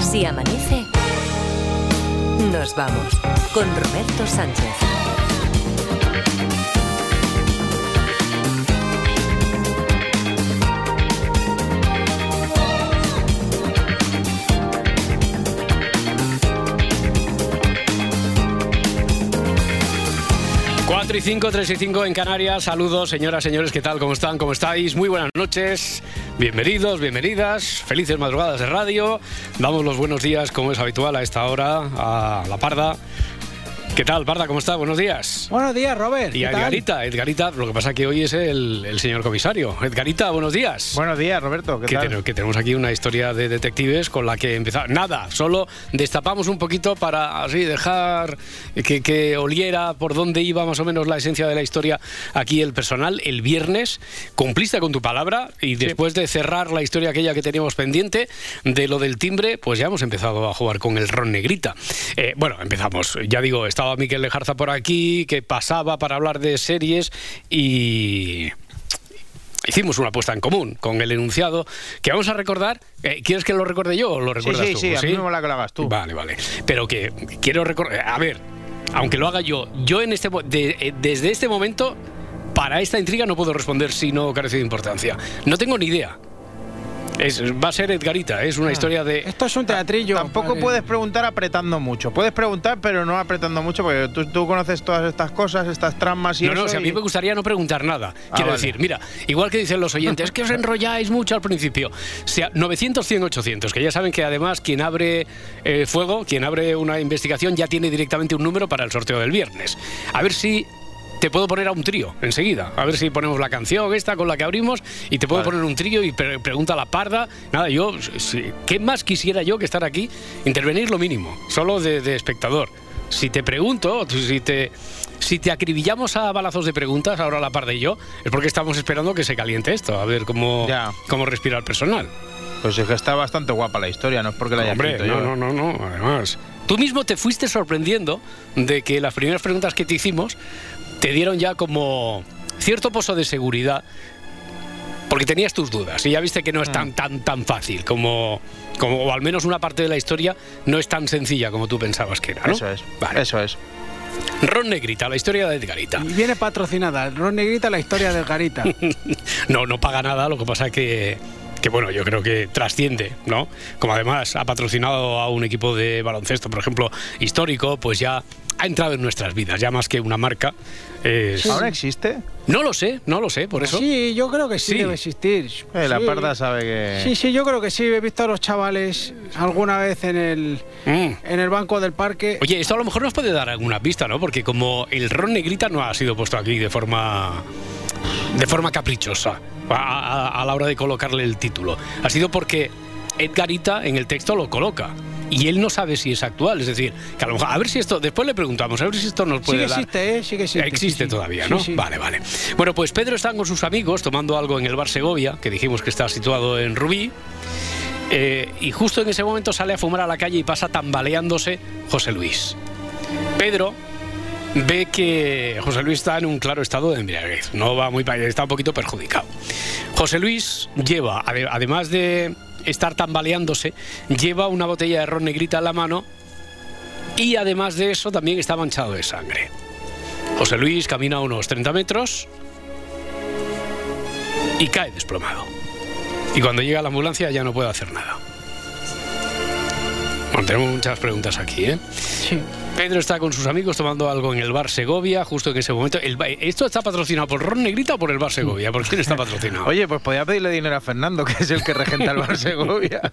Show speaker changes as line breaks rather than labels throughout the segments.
Si amanece, nos vamos con Roberto Sánchez.
Cuatro y 5, 3 y 5 en Canarias. Saludos, señoras, señores, ¿qué tal? ¿Cómo están? ¿Cómo estáis? Muy buenas noches. Bienvenidos, bienvenidas. Felices madrugadas de radio. Damos los buenos días, como es habitual a esta hora, a la Parda. ¿Qué tal, Parda? ¿Cómo está? Buenos días.
Buenos días, Robert.
Y
¿Qué
a
tal?
Edgarita, Edgarita, lo que pasa que hoy es el, el señor comisario. Edgarita, buenos días.
Buenos días, Roberto. ¿Qué
que,
tal?
ten- que tenemos aquí una historia de detectives con la que empezar. Nada, solo destapamos un poquito para así dejar que, que oliera por dónde iba más o menos la esencia de la historia aquí el personal. El viernes cumpliste con tu palabra y después de cerrar la historia aquella que teníamos pendiente de lo del timbre, pues ya hemos empezado a jugar con el ron negrita. Eh, bueno, empezamos. Ya digo, estaba Miquel Lejarza por aquí, que pasaba para hablar de series y... Hicimos una apuesta en común con el enunciado que vamos a recordar. Eh, ¿Quieres que lo recuerde yo o lo
Sí,
recuerdas
sí,
tú?
sí, a mí me mola que lo hagas tú.
Vale, vale. Pero que quiero recordar. A ver, aunque lo haga yo, yo en este mo- de- eh, desde este momento, para esta intriga no puedo responder si no carece de importancia. No tengo ni idea. Es, va a ser Edgarita, es una historia de.
Esto es un teatrillo.
Ah. Tampoco
Eh,
puedes preguntar apretando mucho. Puedes preguntar, pero no apretando mucho, porque tú, tú conoces todas estas cosas, estas tramas y
No, no,
eso.
si a mí
y-
me gustaría no preguntar nada.
Ah,
Quiero
vale.
decir, mira, igual que dicen los oyentes, es que os enrolláis mucho al principio. O sea, 900, 100, 800, que ya saben que además quien abre eh, fuego, quien abre una investigación, ya tiene directamente un número para el sorteo del viernes. A ver si. Te puedo poner a un trío enseguida. A ver si ponemos la canción esta con la que abrimos y te puedo
Vale.
poner un trío y pre- pregunta la parda. Nada, yo, si- ¿qué más quisiera yo que estar aquí? Intervenir lo mínimo, solo de, de espectador. Si te pregunto, si te, si te acribillamos a balazos de preguntas, ahora la parda y yo, es porque estamos esperando que se caliente esto, a ver cómo,
Ya.
cómo respira el personal.
Pues es que está bastante guapa la historia, no es porque la haya
Hombre,
escrito
no,
yo.
no,
¿eh?
no, no, además. Tú mismo te fuiste sorprendiendo de que las primeras preguntas que te hicimos te dieron ya como cierto pozo de seguridad porque tenías tus dudas y ya viste que
Mm.
no es tan tan tan fácil como como o al menos una parte de la historia no es tan sencilla como tú pensabas que era, ¿no?
Eso es,
Vale.
eso es.
Ron Negrita, la historia de Edgarita.
Y viene patrocinada. Ron Negrita, la historia de Garita.
No, no paga nada, lo que pasa que, que bueno, yo creo que trasciende, ¿no? Como además ha patrocinado a un equipo de baloncesto, por ejemplo, histórico, pues ya ha entrado en nuestras vidas, ya más que una marca. es-
¿Ahora existe?
No lo sé, no lo sé, por eso.
Ah, Sí, yo creo que sí,
Sí.
debe existir.
Eh, La
Sí.
parda sabe que.
Sí, sí, yo creo que sí. He visto a los chavales alguna vez en el,
Mm.
en el banco del parque.
Oye, esto a lo mejor nos puede dar alguna pista, ¿no? Porque como el ron negrita no ha sido puesto aquí de forma de forma caprichosa a, a- a la hora de colocarle el título, ha sido porque Edgarita en el texto lo coloca y él no sabe si es actual, es decir, que a lo mejor a ver si esto después le preguntamos, a ver si esto nos
sí que
puede dar
existe, ¿eh? Sí que existe.
Existe
sí, sí.
todavía,
Sí,
¿no?
sí.
Vale, vale. Bueno, pues Pedro está con sus amigos tomando algo en el Bar Segovia, que dijimos que está situado en Rubí. eh, y justo en ese momento sale a fumar a la calle y pasa tambaleándose José Luis. Pedro ve que José Luis está en un claro estado de embriaguez. No va muy para allá, está un poquito perjudicado. José Luis lleva, ade- además de estar tambaleándose, lleva una botella de ron negrita en la mano y además de eso también está manchado de sangre. José Luis camina unos 30 metros y cae desplomado. Y cuando llega la ambulancia ya no puede hacer nada. Bueno, tenemos muchas preguntas aquí, ¿eh?
Sí.
Pedro está con sus amigos tomando algo en el bar Segovia, justo en ese momento. El ba- ¿Esto está patrocinado por Ron Negrita o por el bar Segovia? ¿Por quién está patrocinado?
Oye, pues podía pedirle dinero a Fernando, que es el que regenta el Bar Segovia.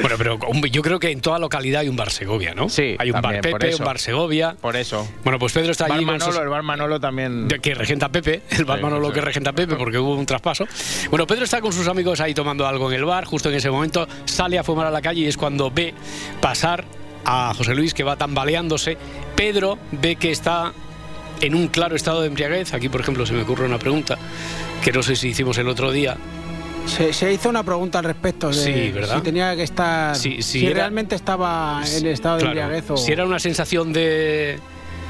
Bueno, pero hombre, yo creo que en toda localidad hay un bar Segovia, ¿no?
Sí,
Hay un bar
también, por
Pepe, un
eso.
bar Segovia.
Por eso.
Bueno, pues Pedro está
Bar
allí con
Manolo,
sus-
el Bar Manolo también.
de- que regenta Pepe, el Batman
sí,
lo
sí.
que regenta Pepe porque hubo un traspaso. Bueno, Pedro está con sus amigos ahí tomando algo en el bar, justo en ese momento sale a fumar a la calle y es cuando ve pasar a José Luis que va tambaleándose. Pedro ve que está en un claro estado de embriaguez. Aquí, por ejemplo, se me ocurre una pregunta que no sé si hicimos el otro día.
Se, se hizo una pregunta al respecto de
Sí, ¿verdad?
si tenía que estar.
Sí, sí,
si
era-
realmente estaba Ah, en estado de
Claro,
embriaguez o.
Si era una sensación de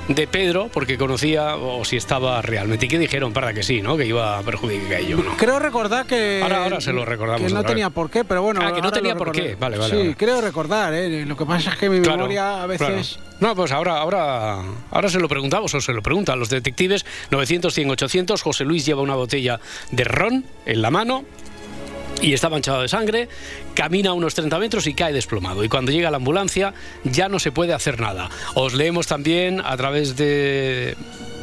de Pedro porque conocía o si estaba realmente. ¿Y qué dijeron? Para que sí, ¿no? Que iba a perjudicar a ello, ¿no?
Creo recordar que.
Ahora- ahora se lo recordamos
Que no
otra vez.
tenía por qué, pero bueno.
Ah, que no
ahora lo
tenía por
recordaré.
qué. Vale, vale,
Sí,
vale.
creo recordar, ¿eh? Lo que pasa es que mi
Claro,
memoria a veces.
claro. No, pues ahora, ahora, ahora se lo preguntamos o se lo preguntan los detectives. 900, 100, 800. José Luis lleva una botella de ron en la mano. Y está manchado de sangre, camina unos 30 metros y cae desplomado. Y cuando llega la ambulancia ya no se puede hacer nada. Os leemos también a través de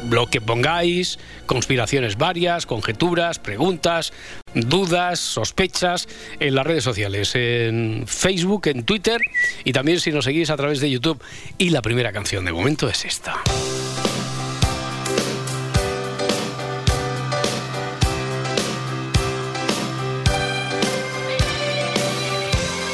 lo que pongáis, conspiraciones varias, conjeturas, preguntas, dudas, sospechas en las redes sociales, en Facebook, en Twitter y también si nos seguís a través de YouTube. Y la primera canción de momento es esta.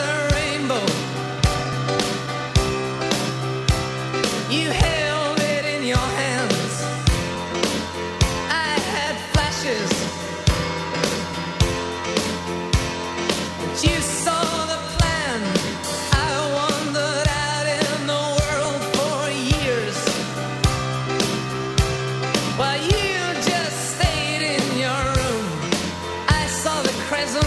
a rainbow. You held it in your hands. I had flashes. But you saw the plan. I wandered out in the world for years. While you just stayed in your room. I saw the crescent.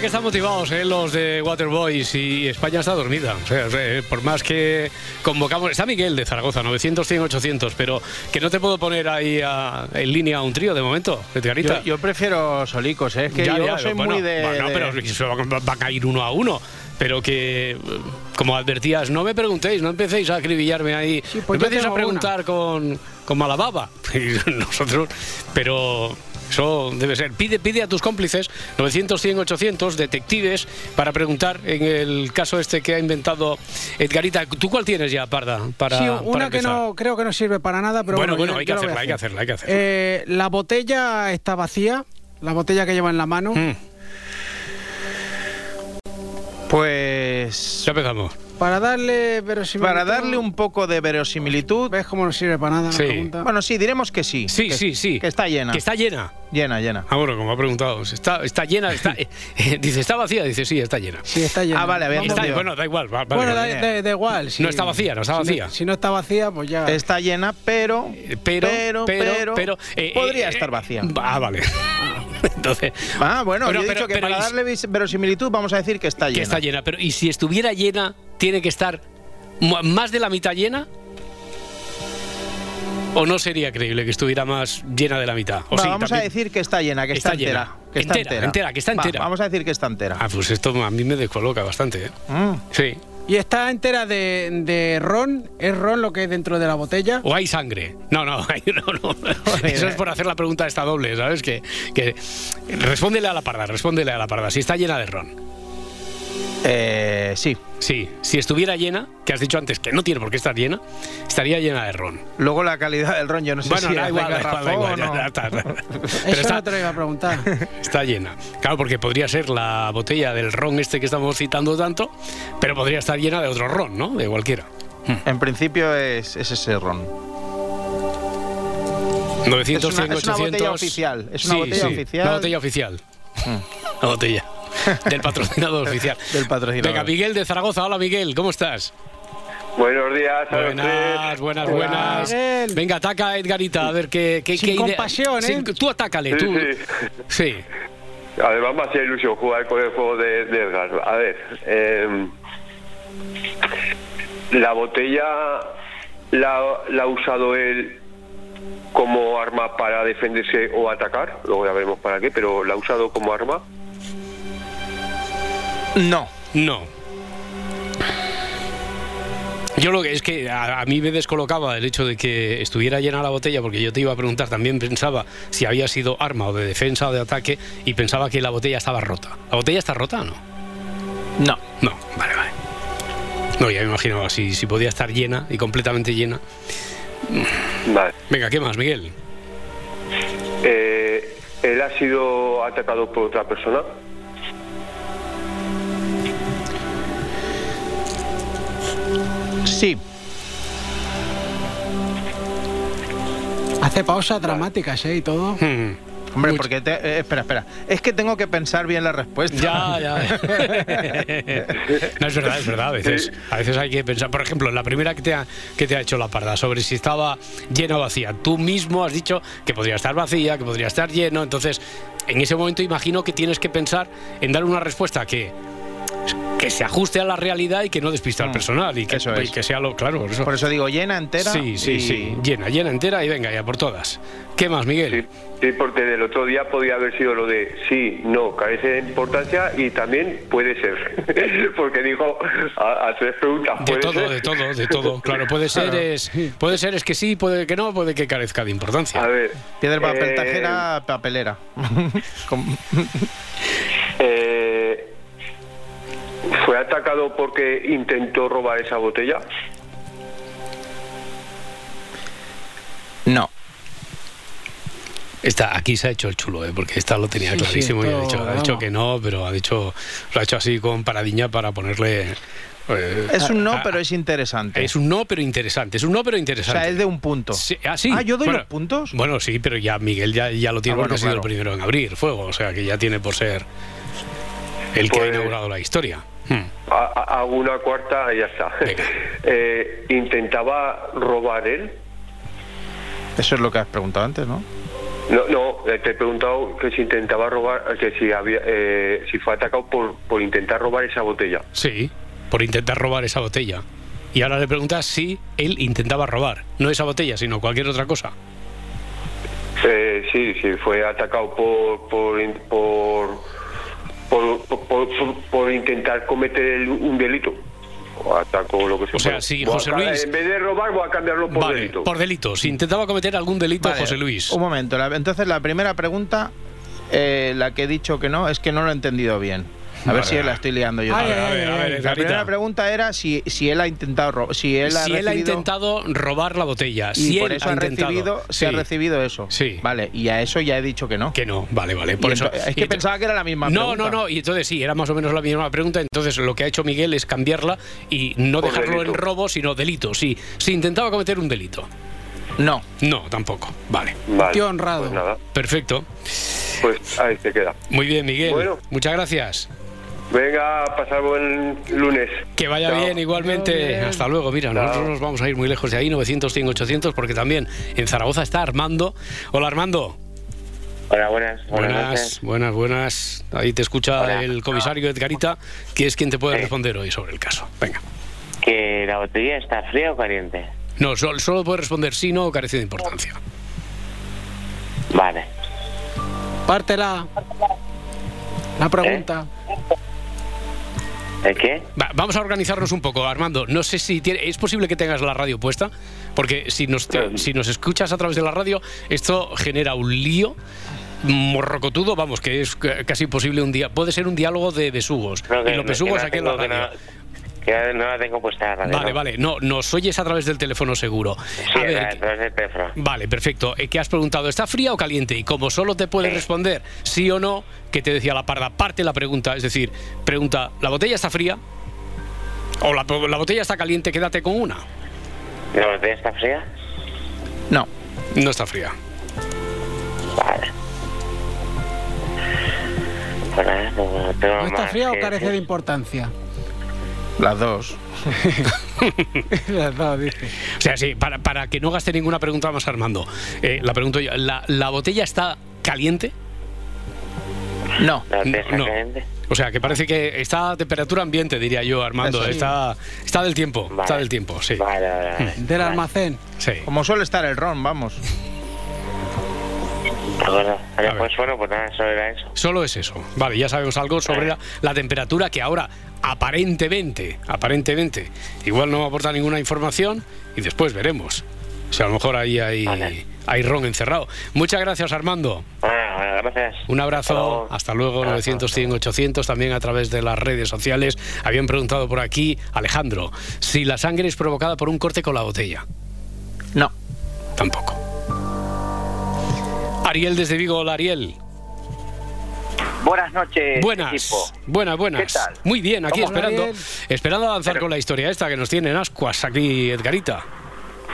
que están motivados eh, los de Waterboys y España está dormida. O sea, eh, por más que convocamos. Está Miguel de Zaragoza, 900, 100, 800, pero que no te puedo poner ahí a- en línea a un trío de momento, Edgarita.
Yo, yo prefiero solicos, ¿eh? es que
Ya,
yo
ya,
soy
bueno,
muy de.
bueno,
de-
pero se va, va a caer uno a uno. Pero que, eh, como advertías, no me preguntéis, no empecéis a acribillarme ahí.
Sí,
no
pues yo
empecéis a
tengo
preguntar con, con Malababa. Y nosotros. Pero eso debe ser. Pide, pide a tus cómplices, 900, 100, 800, detectives, para preguntar en el caso este que ha inventado Edgarita. ¿Tú cuál tienes ya, Parda? Para,
sí,
para
una que
empezar?
no creo que no sirve para nada, pero
Bueno,
bueno,
bueno,
yo-
hay que
yo la voy a
hacerla, hay que
hacer.
hacerla, hay que hacerla.
Eh, la botella está vacía, la botella que lleva en la mano.
Mm,
Pues.
ya empezamos.
Para darle verosimilitud.
Para darle un poco de verosimilitud.
¿Ves cómo no sirve para nada
Sí.
la pregunta?
Bueno, sí, diremos que sí.
Sí,
que-
sí, sí.
Que está llena.
Que está llena.
Llena, llena.
Ah, bueno, como ha preguntado, está, está llena, está, eh, eh, dice, ¿está vacía? Dice, sí, está llena.
sí, está llena.
Ah, vale, había
Vamos
Está-
Dios.
bueno, da igual. va- Ah, vale,
Bueno, da,
vale.
bien.
da- da igual. sí.
No está vacía, no está
Si
vacía.
Si no está vacía, pues ya.
Está llena, pero.
Eh, pero, pero, pero, eh,
podría
eh,
estar vacía.
Ah, vale. Entonces,
Ah, bueno,
Bueno,
yo he
pero-
dicho que
pero
para
y-
darle vis- verosimilitud vamos a decir que está llena.
que está llena. Pero, ¿y si estuviera llena, tiene que estar mu- más de la mitad llena? ¿O no sería creíble que estuviera más llena de la mitad? ¿O
Va,
sí,
vamos a
también?
decir que está llena, que está,
Está llena.
entera, que está
Entera,
entera.
entera, que está
Va,
entera.
vamos a decir que está entera.
Ah, pues esto a mí me descoloca bastante, ¿eh?
Mm.
Sí.
Y está entera de, de ron. Es ron lo que es dentro de la botella.
¿O hay sangre? No, no, hay- no, no. Eso es por hacer la pregunta esta doble, ¿sabes? Que, que- respóndele a la parda, respóndele a la parda. Si está llena de ron.
Eh, sí.
Sí, si estuviera llena, que has dicho antes que no tiene por qué estar llena, estaría llena de ron.
Luego la calidad del ron, yo no sé
bueno,
si
da
hace
igual, da igual, da
garrafón
igual, ya,
o-
ya está. Pero
Eso
está,
no te lo iba a preguntar.
está llena. Claro, porque podría ser la botella del ron este que estamos citando tanto, pero podría estar llena de otro ron, ¿no? De cualquiera.
Hmm. En principio es, es ese ron.
900,
Es una-
100,
es una botella
800.
oficial, es una botella oficial. Hmm.
La botella oficial. La botella. Del patrocinador oficial.
Del patrocinador.
Venga, Miguel de Zaragoza. Hola, Miguel, ¿cómo estás?
Buenos días a los
Buenas,
tres.
buenas, buenas.
Miguel.
Venga, ataca a Edgarita, a ver qué, qué,
Sin
qué idea-
compasión, ¿eh?
Sin- Tú atácale,
Sí,
tú.
sí.
Sí.
Además me hacía ilusión jugar con el juego de, de Edgar. A ver, eh, la botella la, la ha usado él como arma para defenderse o atacar. Luego ya veremos para qué, pero la ha usado como arma.
No.
No. Yo lo que es que a, a mí me descolocaba el hecho de que estuviera llena la botella, porque yo te iba a preguntar, también pensaba si había sido arma o de defensa o de ataque, y pensaba que la botella estaba rota. ¿La botella está rota o no?
No.
No, vale, vale. No, ya me imaginaba, si, si podía estar llena y completamente llena.
Vale.
Venga, ¿qué más, Miguel?
Eh, él ha sido atacado por otra persona.
Sí.
Hace pausas dramáticas, ¿eh? Y todo.
Hmm,
Hombre, porque te- eh, espera, espera. Es que tengo que pensar bien la respuesta.
Ya, ya. no, es verdad, es verdad. A veces, a veces hay que pensar. Por ejemplo, la primera que te, ha, que te ha hecho la parda sobre si estaba llena o vacía. Tú mismo has dicho que podría estar vacía, que podría estar lleno. Entonces, en ese momento imagino que tienes que pensar en dar una respuesta que que se ajuste a la realidad y que no despiste al
Mm,
personal y que,
eso
y
es.
que sea lo claro. por eso.
Por eso digo llena entera.
Sí, sí,
y-
sí. Llena, llena entera y venga, ya por todas. ¿Qué más,
Sí,
Miguel?
sí, porque del otro día podía haber sido lo de sí, no, carece de importancia y también puede ser. porque dijo a, a tres preguntas.
De
¿puede
todo,
ser?
de todo, de todo. Claro, puede ser es puede ser es que sí, puede que no, puede que carezca de
A
importancia.
ver.
Piedra, papel,
eh,
tajera, papelera. Con-
eh, ¿Fue atacado porque intentó robar esa botella?
no.
Esta, aquí se ha hecho el chulo, ¿eh? porque esta lo tenía
Sí, sí,
clarísimo y ha
esto,
dicho, ha
vamos.
dicho que no, pero ha dicho lo ha hecho así con paradiña para ponerle eh,
Es un
Ah,
no, pero es interesante.
es un no pero interesante, es un no pero
o
interesante.
sea, es de un punto.
Sí, ah, sí.
Ah, yo doy
Bueno,
los puntos.
Bueno, sí, pero ya Miguel ya, ya lo tiene
Ah,
porque
bueno,
ha sido el
claro.
primero en abrir fuego, o sea que ya tiene por ser el que ha
Pues-
inaugurado la historia. Hmm.
A- a- Hago una cuarta y ya está.
Venga.
Eh, ¿Intentaba robar él?
Eso es lo que has preguntado antes, ¿no?
No, no, eh, te he preguntado que si intentaba robar, que si había, eh, si fue atacado por, por intentar robar esa botella.
Sí, por intentar robar esa botella. Y ahora le preguntas si él intentaba robar, no esa botella, sino cualquier otra cosa.
Eh, sí, sí, fue atacado por por in- por, por, por- por- por intentar cometer el- un delito. O ataco lo que se
O sea,
pueda.
si
Voy a
José
ca-
Luis-
En vez de robar, voy a cambiarlo por
vale,
delito.
por delitos. Intentaba cometer algún delito,
Vale,
José Luis.
Un momento, la- entonces la primera pregunta, eh, la que he dicho que no, es que no lo he entendido bien. A ver
Vale.
si la estoy liando yo.
A ver, a
también.
ver, a ver,
la
Carita.
primera pregunta era si, si él ha intentado robar. Si él ha,
si él ha
recibido-
intentado robar la botella.
Y
si
por
él
eso
ha
ha
intentado.
recibido, se ha
Sí,
recibido eso.
Sí.
Vale, y a eso ya he dicho que no.
Que no, vale, vale.
Y
Por eso,
ento- es
y
que
ento-
pensaba que era la misma
No,
pregunta.
no, no, y entonces sí, era más o menos la misma pregunta, entonces lo que ha hecho Miguel es cambiarla y no
Por
dejarlo en
delito.
robo, sino delito, sí. Si intentaba cometer un delito.
No.
No, tampoco. Vale.
Vale,
Tío honrado.
Pues nada,
Perfecto.
pues ahí se queda.
Muy bien, Miguel.
Bueno.
Muchas gracias.
Venga, a pasar buen lunes.
Que vaya
Chao.
bien igualmente. Hasta luego. Mira,
Chao.
nosotros nos vamos a ir muy lejos de ahí, 900, 100, 800, porque también en Zaragoza está Armando. Hola, Armando.
Hola, buenas.
Buenas,
noches.
buenas, buenas. Ahí te escucha
Hola.
el comisario Edgarita, que es quien te puede
Sí.
responder hoy sobre el caso. Venga.
¿Que la botella está fría o caliente?
No, sol- solo puedes responder sí, no o carece de importancia.
Vale.
Pártela. La pregunta.
¿El qué?
Va, vamos a organizarnos un poco, Armando. No sé si tiene- es posible que tengas la radio puesta, porque si nos,
Mm.
te- si nos escuchas a través de la radio, esto genera un lío morrocotudo, vamos, que es ca- casi imposible un día. Puede ser un diálogo de besugos.
Creo que
y los
no- que
besugos
no
aquí en la
tengo-
radio.
Que no, que no la tengo puesta en la radio.
Vale,
¿no?
vale. No, nos oyes a través del teléfono seguro.
Sí,
A ver,
a través del teléfono.
Vale, perfecto. Eh, ¿Qué has preguntado? ¿Está fría o caliente? Y como solo te puedes
Sí.
responder sí o no, que te decía la parda, parte la pregunta. Es decir, pregunta, ¿la botella está fría? O la, la botella está caliente, quédate con una.
¿La botella está fría?
No.
No está fría.
Vale. Pues nada, no tengo
¿No está
más
fría o
que
carece
decir.
de importancia?
Las dos.
Las dos, dice.
O sea, sí, para, para que no gaste ninguna pregunta más Armando. Eh, la pregunto yo, ¿la, la botella está caliente?
No.
¿La botella está
No.
caliente?
O sea, que parece que está a temperatura ambiente, diría yo, Armando.
Eso sí.
Está, está del tiempo,
Vale.
está del tiempo, sí.
Vale, vale, vale.
Del almacén.
sí.
Como suele estar el ron, vamos.
De acuerdo. Vale,
A ver.
pues bueno, pues nada, solo era eso.
Solo es eso. Vale, ya sabemos algo sobre la, la temperatura que ahora aparentemente, aparentemente, igual no aporta ninguna información y después veremos. O sea, a lo mejor ahí hay,
Vale.
hay ron encerrado. Muchas gracias, Armando.
Bueno, bueno, gracias.
Un abrazo. Ah, Hasta luego, 900, 100, 800, también a través de las redes sociales. Habían preguntado por aquí, Alejandro, si la sangre es provocada por un corte con la botella.
No.
Tampoco. Ariel desde Vigo, hola Ariel.
Buenas noches, equipo.
Buenas, buenas, buenas.
¿Qué tal?
Muy bien, aquí
Hola,
esperando,
Ariel.
esperando avanzar con la historia esta que nos tiene en ascuas aquí Edgarita.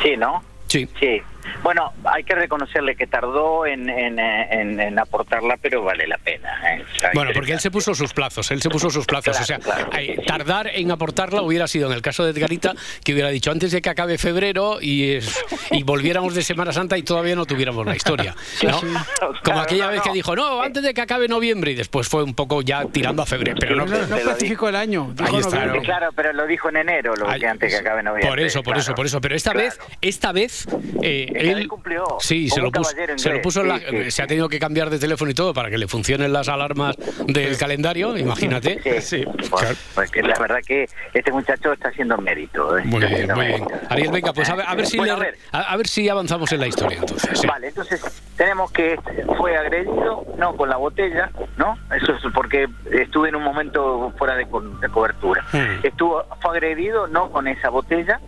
Sí, ¿no?
Sí.
Sí. Bueno, hay que reconocerle que tardó en, en, eh, en- en aportarla, pero vale la pena. ¿eh? Está
Bueno, porque él se puso sus plazos, él se puso sus plazos. O sea,
Claro, claro.
eh, tardar en aportarla hubiera sido en el caso de Edgarita que hubiera dicho antes de que acabe febrero y, es- y volviéramos de Semana Santa y todavía no tuviéramos la historia. ¿no?
Claro,
Como aquella
no,
vez
no.
que dijo, no, antes de que acabe noviembre y después fue un poco ya tirando a febrero. Pero no,
No
Te lo
especificó el año. dijo
Ahí está,
noviembre.
Claro.
¿no?
claro, pero lo dijo en enero, lo que
Ay,
antes que acabe noviembre.
Por eso, por eso,
claro.
por eso. Pero esta
Claro.
vez, esta vez, eh,
Esta
él
vez cumplió,
Sí,
como
se lo
un
puso,
caballero
se lo
inglés,
puso en la-
sí, sí,
se ha tenido que cambiar de teléfono y todo para que le funcionen las alarmas del calendario. Imagínate.
Sí, Pues, pues que la verdad que este muchacho está haciendo mérito. ¿eh?
Muy
Está
bien,
haciendo
muy bien.
mérito.
Ariel, venga, pues a ver, a ver si
Bueno,
le-
a ver.
a- a ver si avanzamos en la historia entonces. sí.
Vale, entonces tenemos que fue agredido, no con la botella, ¿no? Eso es porque estuve en un momento fuera de, co- de cobertura.
Hmm.
Estuvo, fue agredido, no con esa botella,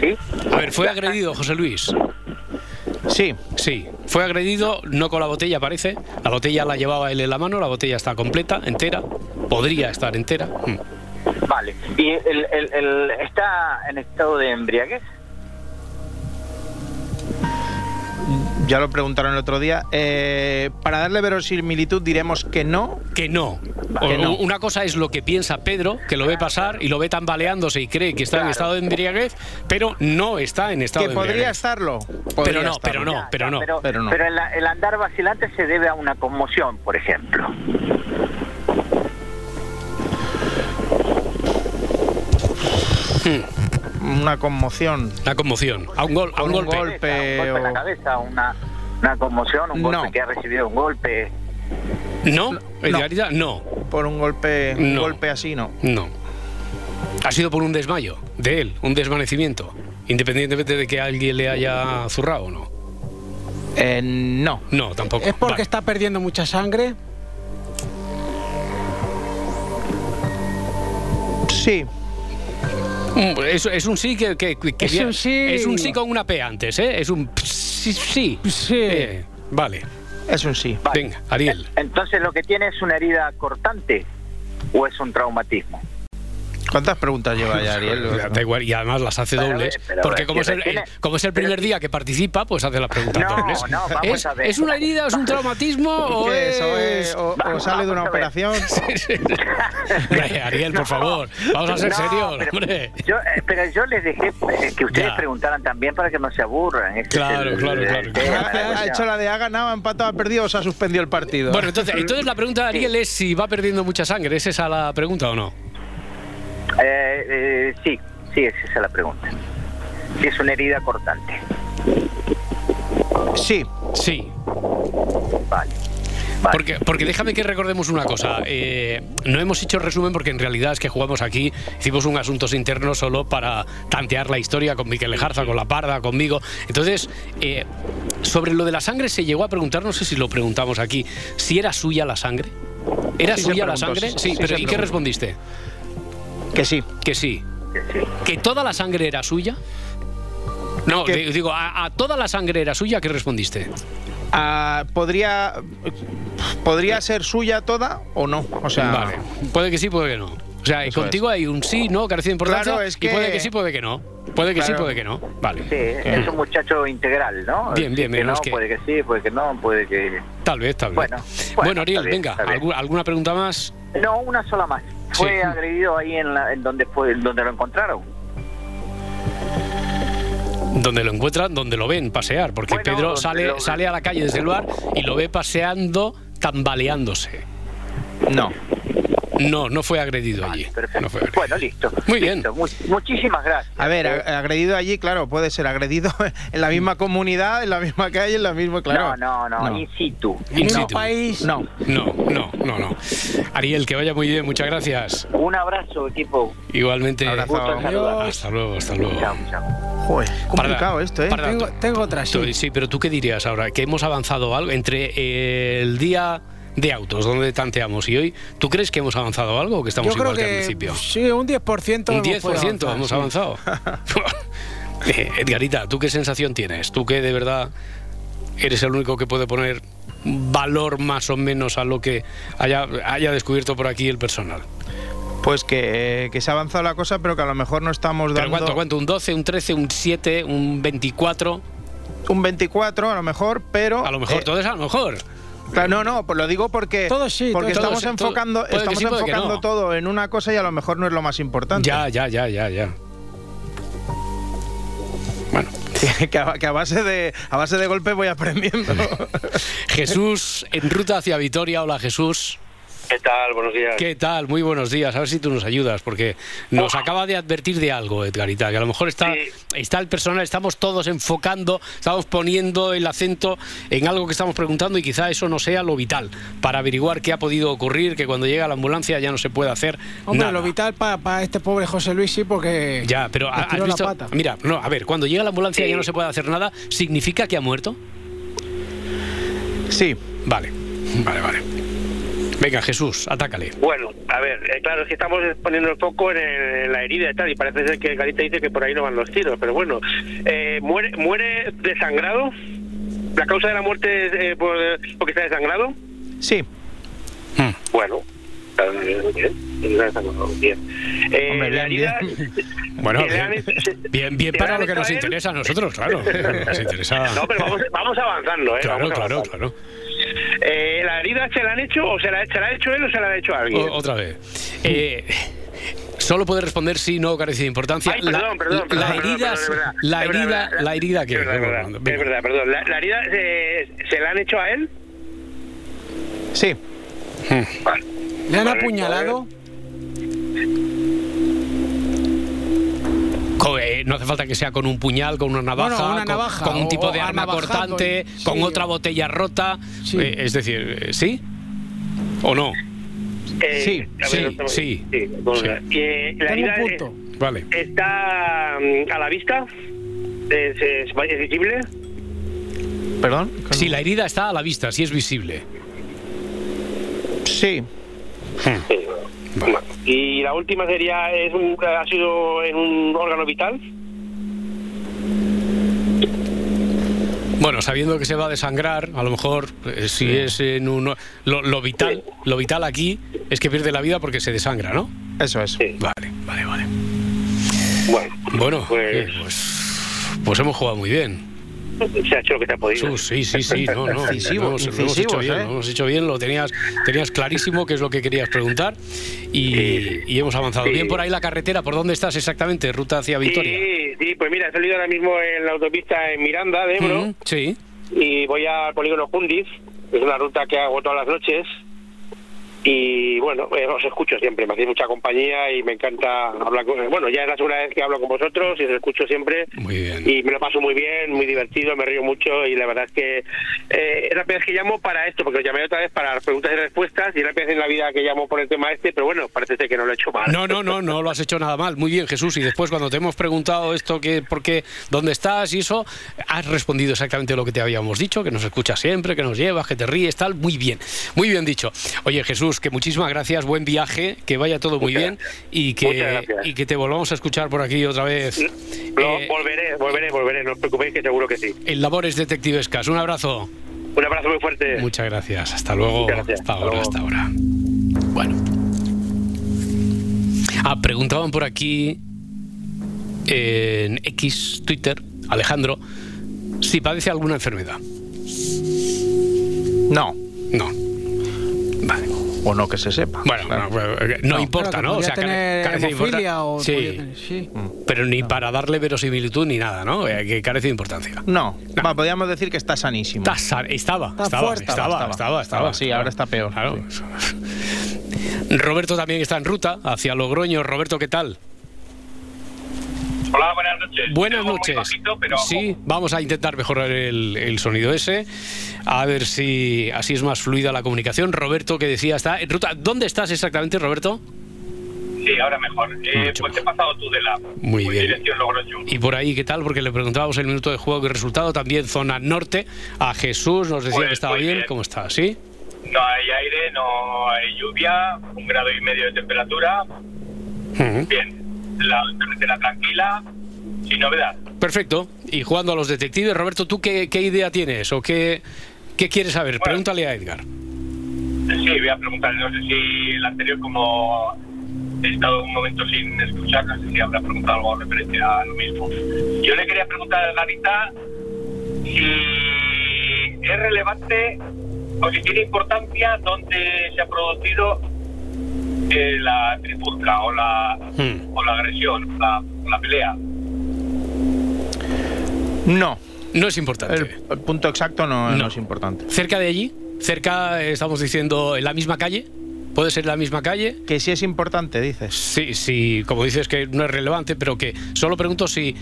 ¿sí?
A ver, fue
La-
agredido José Luis.
Sí.
Sí, fue agredido, no con la botella parece. La botella la llevaba él en la mano, la botella está completa, entera. Podría estar entera. Mm.
Vale, y el, el- el- está en estado de embriaguez.
ya lo preguntaron el otro día. eh, para darle verosimilitud diremos que no.
Que no. O-
Que no.
Una cosa es lo que piensa Pedro, que lo ve pasar y lo ve tambaleándose y cree que está en estado de embriaguez, pero no está en estado
Que
de
podría
embriaguez.
estarlo.
Pero
podría
no,
estarlo.
pero no, pero no.
Pero,
pero no.
pero el, el andar vacilante se debe a una conmoción, por ejemplo.
Una conmoción.
La conmoción. A un, gol, a un
Con un
golpe.
gol. Golpe
Un golpe en la
o-
cabeza, una, una conmoción, un golpe
No.
que ha recibido un golpe.
¿No? Edgarita, no.
Por un golpe, un
No.
golpe así, no.
No. Ha sido por un desmayo de él, un desvanecimiento, independientemente de que alguien le haya zurrado o no.
Eh, no.
No, tampoco.
¿Es porque
Vale.
está perdiendo mucha sangre?
Sí.
Mm, Es, es un sí que, que- que- que
Es
bien-
un sí.
es un sí con una P antes, ¿eh? Es un sí. sí.
Sí.
Eh, vale.
Es un sí.
Vale.
Venga, Ariel.
Entonces lo que tiene es una herida cortante o es un traumatismo.
¿Cuántas preguntas lleva ya, Ariel?
pues, Da igual, y además las hace
Pero, eh,
dobles,
pero,
porque
pero,
como es, el, eh,
tiene-
como es el
pero
primer
ti-
día que participa, pues hace las preguntas
No,
dobles.
no, vamos
¿Es,
a ver.
¿Es una herida, es un traumatismo o
¿Qué
es...?
es? ¿O, es- o- o sale de una
Vamos a ver.
operación?
Hombre, Ariel, por
No.
favor, vamos a ser
No,
serios,
pero,
hombre.
Yo, eh, pero yo les dejé eh, que ustedes
Ya.
preguntaran también para que no se aburran. Ese es
Claro,
el-
claro,
el
claro,
tema
claro.
de la
Ha, ha
cuestión.
hecho la de ha ganado, ha empatado, ha perdido o se ha suspendido el partido.
Bueno, entonces, entonces la pregunta de Ariel es si va perdiendo mucha sangre. ¿Es esa la pregunta o no?
Eh, eh, sí, sí, esa es la pregunta. Si es una herida cortante.
sí.
Sí.
Vale. vale.
Porque, porque déjame que recordemos una cosa. eh, no hemos hecho resumen porque en realidad es que jugamos aquí, hicimos un asuntos internos solo para tantear la historia con Miquel Jarza, con La Parda, conmigo. Entonces, eh, sobre lo de la sangre se llegó a preguntar, no sé si lo preguntamos aquí, si era suya la sangre. ¿Era
Sí se
suya la
preguntó,
sangre?
sí,
Sí,
sí se
pero ¿y qué
preguntó.
respondiste?
Que sí.
Que sí.
Sí.
¿Que toda la sangre era suya? No,
Que-
di- digo, a, a toda la sangre era suya, ¿qué respondiste?
Ah, podría podría ser suya toda o no. O sea,
Vale. Puede que sí, puede que no. O sea,
Eso
contigo hay un sí, no, carece de importancia.
Claro, es
Y
que-
puede que sí, puede que no. Puede que sí,
Claro.
puede que no. Vale.
Sí, Eh, es un muchacho integral, ¿no?
Bien, bien,
Que
bien,
no,
es que-
Puede que sí, puede que no, puede que...
Tal vez, tal vez.
Bueno, bueno,
Ariel,
está bien,
venga,
está bien.
¿algu- ¿alguna pregunta más?
No, una sola más. Fue
Sí.
agredido ahí en, la, en donde fue, en donde lo encontraron.
Donde lo encuentran, donde lo ven pasear, porque
Bueno,
Pedro
donde
sale,
lo-
sale a la calle desde el bar y lo ve paseando, tambaleándose.
No.
No, no fue agredido allí.
Perfecto.
No fue agredido.
bueno, listo.
Muy bien.
Listo. Mu- muchísimas gracias.
A ver, a- agredido allí, claro, puede ser agredido en la misma comunidad, en la misma calle, en la misma, claro.
no, no, no, in situ.
In
¿En un
situ.
país?
No.
No, no, no, no. Ariel, que vaya muy bien, muchas gracias.
Un abrazo, equipo.
Igualmente.
Abrazo.
Gusto en saludar.
Hasta luego, hasta luego.
Chao, chao.
Joder, complicado
Parda,
esto, ¿eh?
parda.
Tengo, tengo otra,
Tú-
sí.
sí, pero tú qué dirías ahora, que hemos avanzado algo entre eh, el día de autos, donde tanteamos, y hoy, ¿tú crees que hemos avanzado algo o que estamos
Yo creo
igual que,
que
al principio?
sí, un 10%.
Un
hemos podido
10% hemos
avanzar, sí.
avanzado. Eh, Edgarita, ¿tú qué sensación tienes? ¿Tú que de verdad eres el único que puede poner valor más o menos a lo que haya, haya descubierto por aquí el personal?
Pues que, que se ha avanzado la cosa, pero que a lo mejor no estamos
¿Pero
dando
cuánto, cuánto? ¿Un 12, un 13, un 7, un 24?
un 24 a lo mejor, pero
A lo mejor,
eh,
todo es a lo mejor.
claro, no, no, pues lo digo porque
Todo sí,
porque
todo
estamos
sí, todo-
enfocando
puede que
estamos
sí, puede que
enfocando
no.
todo en una cosa y a lo mejor no es lo más importante.
Ya, ya, ya, ya, ya. Bueno.
que, a, que a base de a base de golpes voy aprendiendo.
Jesús, en ruta hacia Vitoria. Hola, Jesús.
¿Qué tal? Buenos días.
¿Qué tal? Muy buenos días. A ver si tú nos ayudas, porque nos acaba de advertir de algo, Edgarita, que a lo mejor está,
Sí.
está el personal, estamos todos enfocando, estamos poniendo el acento en algo que estamos preguntando y quizá eso no sea lo vital para averiguar qué ha podido ocurrir, que cuando llega la ambulancia ya no se puede hacer
Hombre,
nada.
lo vital para este pobre José Luis sí, porque.
Ya, pero
le
ha- has
tiró la
visto-
pata.
Mira, no, a ver, cuando llega la ambulancia
Sí.
ya no se puede hacer nada, ¿significa que ha muerto?
sí.
Vale, vale, vale. Venga, Jesús, atácale.
Bueno, a ver, eh, claro, es que estamos poniendo el foco en, el- en la herida y tal, y parece ser que Garita dice que por ahí no van los tiros, pero bueno, eh, muere, muere desangrado. La
Hmm.
causa de la muerte es eh, por- porque está desangrado.
Sí.
Bueno, Está bien, bien. Está bien. Eh,
Hombre,
la
bien,
herida-
Bueno,
que le han
bien,
hecho-
bien, bien
que le
para
han
lo que
hecho
nos
a él.
interesa a nosotros, claro. Nos interesa.
No, pero vamos, vamos avanzando, ¿eh?
Claro,
Vamos
claro,
avanzando.
claro.
Eh, ¿La herida se la han hecho o se la, se la ha hecho él o se la ha hecho alguien?
O- otra vez. Eh, solo puede responder si no carece de importancia.
Ay,
La-
perdón, perdón, perdón,
la
perdón,
herida,
perdón, es verdad.
la
Es verdad,
herida,
verdad.
la herida que
Es verdad, es verdad,
Venga.
es verdad, perdón. ¿La, la herida eh, se la han hecho a él?
Sí.
Hmm.
Vale.
¿Le han
Vale,
apuñalado?
Co- eh, no hace falta que sea con un puñal, con una navaja,
Bueno, una
con-
navaja,
con, un
o-
tipo
o
de arma
navajando,
cortante,
y-
con
sí,
otra
o-
botella rota.
Sí.
Eh, es decir, eh, ¿sí? ¿O no?
Eh,
Sí,
a
sí,
otra vez.
sí.
con-
Sí.
eh, la
Tengo
herida
un punto.
Vale.
eh, está mm, a la vista, es, es- es visible.
¿Perdón?
Si la herida está a la vista, si es visible.
Sí.
Sí.
Hmm.
Y la última sería, es un- ¿ha sido en un órgano vital?
Bueno, sabiendo que se va a desangrar, a lo mejor eh, si es en un lo, lo vital, lo vital aquí es que pierde la vida porque se desangra, ¿no?
Eso es.
Sí.
Vale, vale, vale.
Bueno,
Bueno, eh,
Pues-
pues, pues hemos jugado muy bien.
se ha hecho lo que se ha podido.
Sus, sí, sí, sí, no, no.
Incisivo,
lo hemos, lo hemos hecho
incisivos,
bien,
¿eh?
lo hemos hecho bien, lo tenías, tenías clarísimo qué es lo que querías preguntar y, y hemos avanzado.
Sí.
Bien por ahí la carretera, ¿por dónde estás exactamente? Ruta hacia Vitoria.
Sí, sí, pues mira, he salido ahora mismo en la autopista en Miranda de Ebro
Mm, sí.
y voy al polígono Jundis, que es una ruta que hago todas las noches. Y bueno, eh, os escucho siempre, me hacéis mucha compañía y me encanta hablar con Bueno, ya es la segunda vez que hablo con vosotros y os escucho siempre.
Muy bien.
Y me lo paso muy bien, muy divertido, me río mucho y la verdad es que eh, es la primera vez que llamo para esto, porque os llamé otra vez para las preguntas y respuestas y es la primera vez en la vida que llamo por el tema este, pero bueno, parece ser que no lo he hecho mal.
No, no, no, no lo has hecho nada mal. Muy bien, Jesús. Y después, cuando te hemos preguntado esto, que, por qué, dónde estás y eso, has respondido exactamente lo que te habíamos dicho, que nos escuchas siempre, que nos llevas, que te ríes, tal. Muy bien, muy bien dicho. Oye, Jesús, que muchísimas gracias, buen viaje, que vaya todo muy
Muchas
bien y
Muchas
que,
gracias.
y que te volvamos a escuchar por aquí otra vez
No,
eh,
volveré, volveré, volveré, no os preocupéis que seguro que sí.
en Labores Detectivescas. Un abrazo.
Un abrazo muy fuerte.
Muchas gracias. Hasta luego.
Muchas gracias.
Hasta
Hasta
ahora,
luego.
hasta ahora. Bueno. Ah, preguntaban por aquí en X, Twitter, Alejandro, si padece alguna enfermedad.
No.
No. Vale.
O no que se sepa.
Bueno,
Claro.
no, eh, no importa,
Claro, que podría
¿no? care-
tener
carece de importan-
hemofilia o
Sí,
podría tener- sí.
pero ni para darle verosimilitud ni nada, ¿no? Eh, que carece de importancia.
No. Va, podríamos decir que está sanísimo.
Está sa- estaba,
Está
estaba,
fuerte.
estaba, estaba,
Estaba,
estaba,
estaba, sí, ahora está peor,
Claro. Roberto también está en ruta hacia Logroño. Roberto, ¿qué tal?
Hola, buenas noches.
Buenas noches. sí, vamos a intentar mejorar el, el sonido ese. A ver si así es más fluida la comunicación. Roberto, que decía, está en ruta. ¿Dónde estás exactamente, Roberto?
Sí, ahora mejor. Eh,
Mucho pues te he mejor.
pasado tú de la
Muy bien. dirección Y por ahí, ¿qué tal? Porque le preguntábamos el minuto de juego y resultado. También zona norte. A Jesús nos decía
Pues,
que estaba
muy
bien.
bien.
¿Cómo está? ¿Sí?
No hay aire, no hay lluvia, un grado y medio de temperatura.
Ujú.
Bien, la carretera tranquila, sin novedad.
Perfecto. Y jugando a los detectives, Roberto, ¿tú qué, qué idea tienes o qué, qué quieres saber?
Bueno.
Pregúntale a Edgar.
Sí, voy a preguntar, no sé si el anterior, como he estado un momento sin escuchar, no sé si habrá preguntado algo referente a lo mismo. Yo le quería preguntar a Garita si es relevante o si tiene importancia dónde se ha producido eh, la trifurca o la,
Hmm.
o la agresión, la, la pelea.
No.
No es importante.
El, el punto exacto no,
No.
no es importante.
¿Cerca de allí? ¿Cerca, eh, estamos diciendo, en la misma calle? ¿Puede ser en la misma calle?
Que sí es importante, dices.
Sí, sí, como dices que no es relevante, pero que solo pregunto si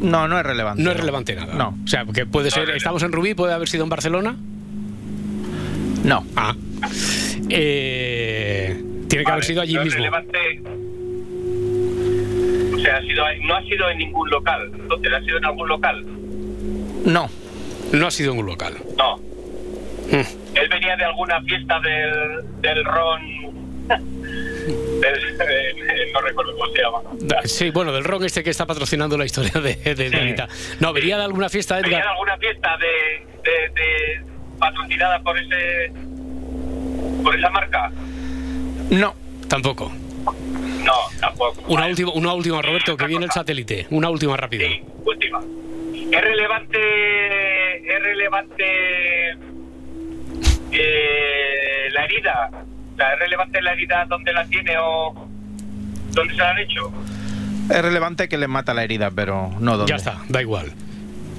No, no es relevante.
no es relevante nada.
No.
O sea, que puede ser, estamos en Rubí, puede haber sido en Barcelona.
No.
Ah. Eh, tiene que haber sido allí
no
mismo.
Es relevante. O sea, ha sido, no ha sido en ningún local, entonces ha sido en algún local.
No.
No ha sido en un local.
No.
Mm.
Él venía de alguna fiesta del, del ron. del- eh, no recuerdo cómo se llama.
Da- Sí, bueno, del rock este que está patrocinando la historia de, de Garita. No, venía de alguna fiesta,
Venía de
Edgar.
alguna fiesta de, de- de- patrocinada por ese. por esa marca.
No.
Tampoco.
No, tampoco.
Una
Vale.
última, una última, Roberto, que viene el satélite. Una última rápida.
Sí, última. Es relevante. Es relevante. eh, la herida. O sea, es relevante la herida donde la tiene o. ¿Dónde se la han hecho?
Es relevante que le mata la herida, pero no dónde.
Ya está, da igual.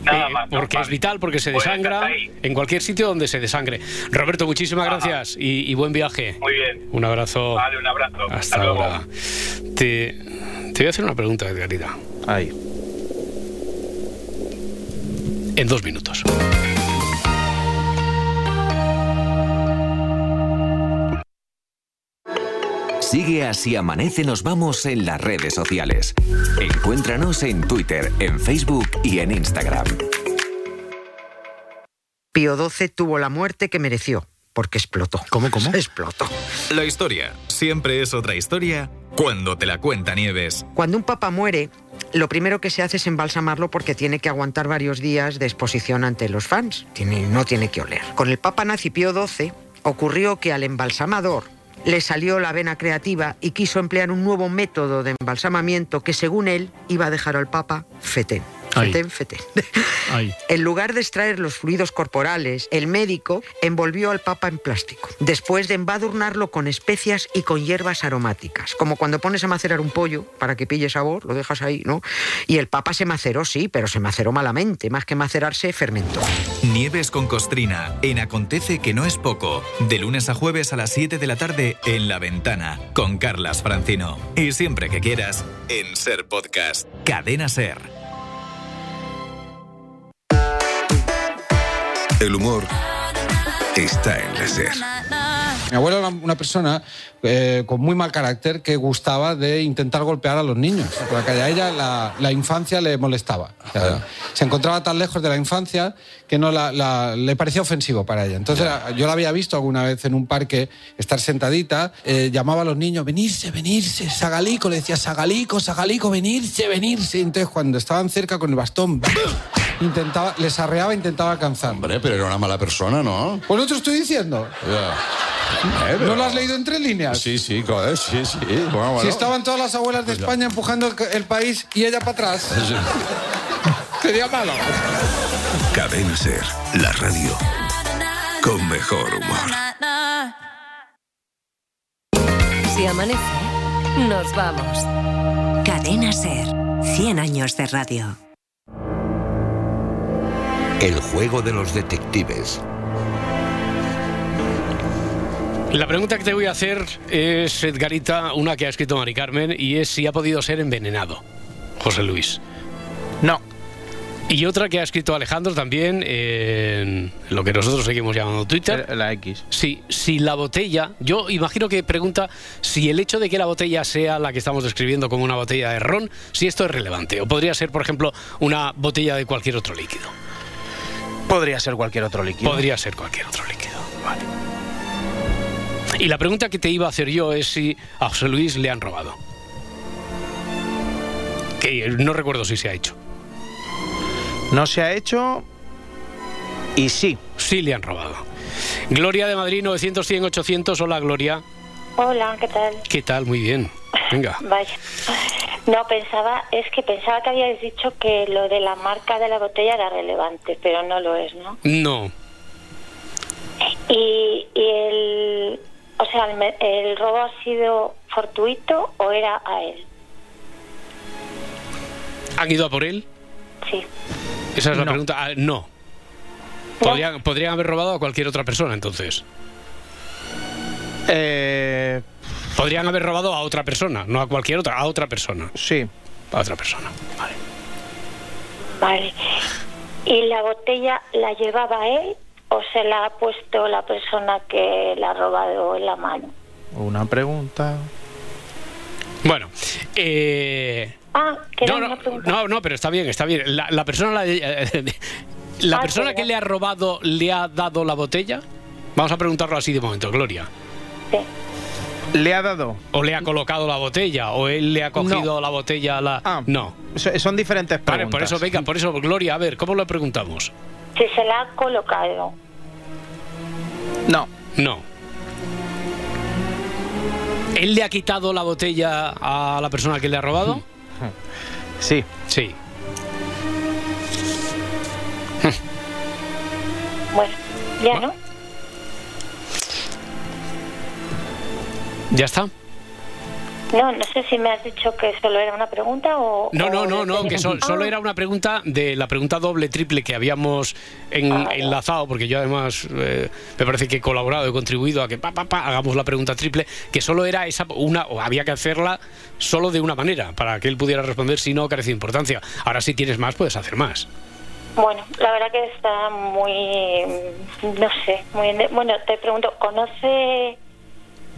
Nada
Eh,
más.
porque
normal.
es vital, porque se
Pues
desangra
hasta ahí.
en cualquier sitio donde se desangre. Roberto, muchísimas
Ajá.
gracias y, y buen viaje.
Muy bien.
Un abrazo.
Vale, un abrazo.
Hasta,
luego.
ahora. Te, te voy a hacer una pregunta, Edgarita.
Ahí.
En dos minutos.
Sigue así amanece, nos vamos en las redes sociales. Encuéntranos en Twitter, en Facebook y en Instagram.
Pío XII tuvo la muerte que mereció, porque explotó. ¿Cómo, cómo? Explotó.
La historia siempre es otra historia cuando te la cuenta Nieves.
Cuando un papa muere, lo primero que se hace es embalsamarlo porque tiene que aguantar varios días de exposición ante los fans. Tiene- no tiene que oler. Con el papa nazi Pío XII ocurrió que al embalsamador le salió la vena creativa y quiso emplear un nuevo método de embalsamamiento que según él iba a dejar al papa fetén.
Ay.
Fetén, fetén.
Ahí.
En lugar de extraer los fluidos corporales, el médico envolvió al papa en plástico, después de embadurnarlo con especias y con hierbas aromáticas, como cuando pones a macerar un pollo para que pille sabor, lo dejas ahí, ¿no? Y el papa se maceró, sí, pero se maceró malamente, más que macerarse, fermentó.
Nieves con Costrina en Acontece que no es poco, de lunes a jueves a las 7 de la tarde en La Ventana con Carlas Francino. Y siempre que quieras en Ser Podcast. Cadena Ser.
El humor está en la SER.
Mi abuelo era una persona eh, con muy mal carácter que gustaba de intentar golpear a los niños. Porque a ella la, la infancia le molestaba. O sea, se encontraba tan lejos de la infancia que no la- la- le parecía ofensivo para ella. Entonces era- yo la había visto alguna vez en un parque estar sentadita, eh, llamaba a los niños, venirse, venirse, sagalico, le decía sagalico, sagalico, venirse, venirse. Y entonces cuando estaban cerca con el bastón, ¡bam! intentaba, les arreaba, intentaba alcanzar.
Hombre, pero era una mala persona, ¿no?
Pues no te lo estoy diciendo.
Ya.
Eh,
¿No lo has leído entre líneas?
Ah, Sí, sí, joder, sí, sí. Ah, Bueno,
Si
bueno.
estaban todas las abuelas de
Pues ya.
España empujando el, el país y ella para atrás,
Sí.
sería malo.
Cadena Ser, la radio con mejor humor.
Si amanece, nos vamos.
Cadena Ser. 100 años de radio.
El juego de los detectives.
La pregunta que te voy a hacer es, Edgarita, una que ha escrito Mari Carmen, y es si ha podido ser envenenado, José Luis.
No.
Y otra que ha escrito Alejandro también en lo que nosotros seguimos llamando Twitter.
Eh, La X.
Sí, si la botella, yo imagino que pregunta si el hecho de que la botella sea la que estamos describiendo como una botella de ron, si esto es relevante, o podría ser, por ejemplo, una botella de cualquier otro líquido.
Podría ser cualquier otro líquido.
Podría ser cualquier otro líquido. Vale. Y la pregunta que te iba a hacer yo es si a José Luis le han robado. Que eh, no recuerdo si se ha hecho.
No se ha hecho. Y sí.
Sí le han robado. Gloria de Madrid 900 100 800. Hola Gloria.
Hola, ¿qué tal?
¿Qué tal? Muy bien. Venga.
Vaya. No, pensaba, es que pensaba que habíais dicho que lo de la marca de la botella era relevante, pero no lo es, ¿no?
No.
Y, y el, o sea, el, me- el robo ha sido fortuito o era a él.
¿Han ido a por él?
Sí.
Esa es la pregunta. Ah, no. Podrían, podrían haber robado a cualquier otra persona entonces.
Eh,
Podrían haber robado a otra persona, no a cualquier otra, a otra persona.
Sí.
A otra persona. Vale.
Vale. ¿Y la botella la llevaba él o se la ha puesto la persona que la ha robado en la mano?
Una pregunta.
Bueno, eh,
Ah, que era
no, no,
una pregunta.
no, no, pero está bien, está bien. La, la persona, la, eh, la
Ah,
persona que
perdón.
le ha robado le ha dado la botella. Vamos a preguntarlo así de momento, Gloria.
¿Le ha dado?
¿O le ha colocado la botella? ¿O él le ha cogido la botella a la.? no.
Ah. So- Son diferentes preguntas.
Vale, por eso, venga, por eso, Gloria, a ver, ¿cómo lo preguntamos?
Si se la ha colocado.
No.
No. ¿Él le ha quitado la botella a la persona que le ha robado?
Sí.
Sí.
Bueno, ya no.
¿Ya está?
No, no sé si me has dicho que solo era una pregunta o...
No,
o-
no, no, no, que sol-
Ah,
solo era una pregunta de la pregunta doble, triple que habíamos en- enlazado, porque yo además eh, me parece que he colaborado, he contribuido a que pa, pa, pa, hagamos la pregunta triple, que solo era esa, una, o había que hacerla solo de una manera, para que él pudiera responder, si no, carece de importancia. Ahora si tienes más, puedes hacer más.
Bueno, la verdad que está muy... mm, No sé, muy... en- Bueno, te pregunto, ¿conoce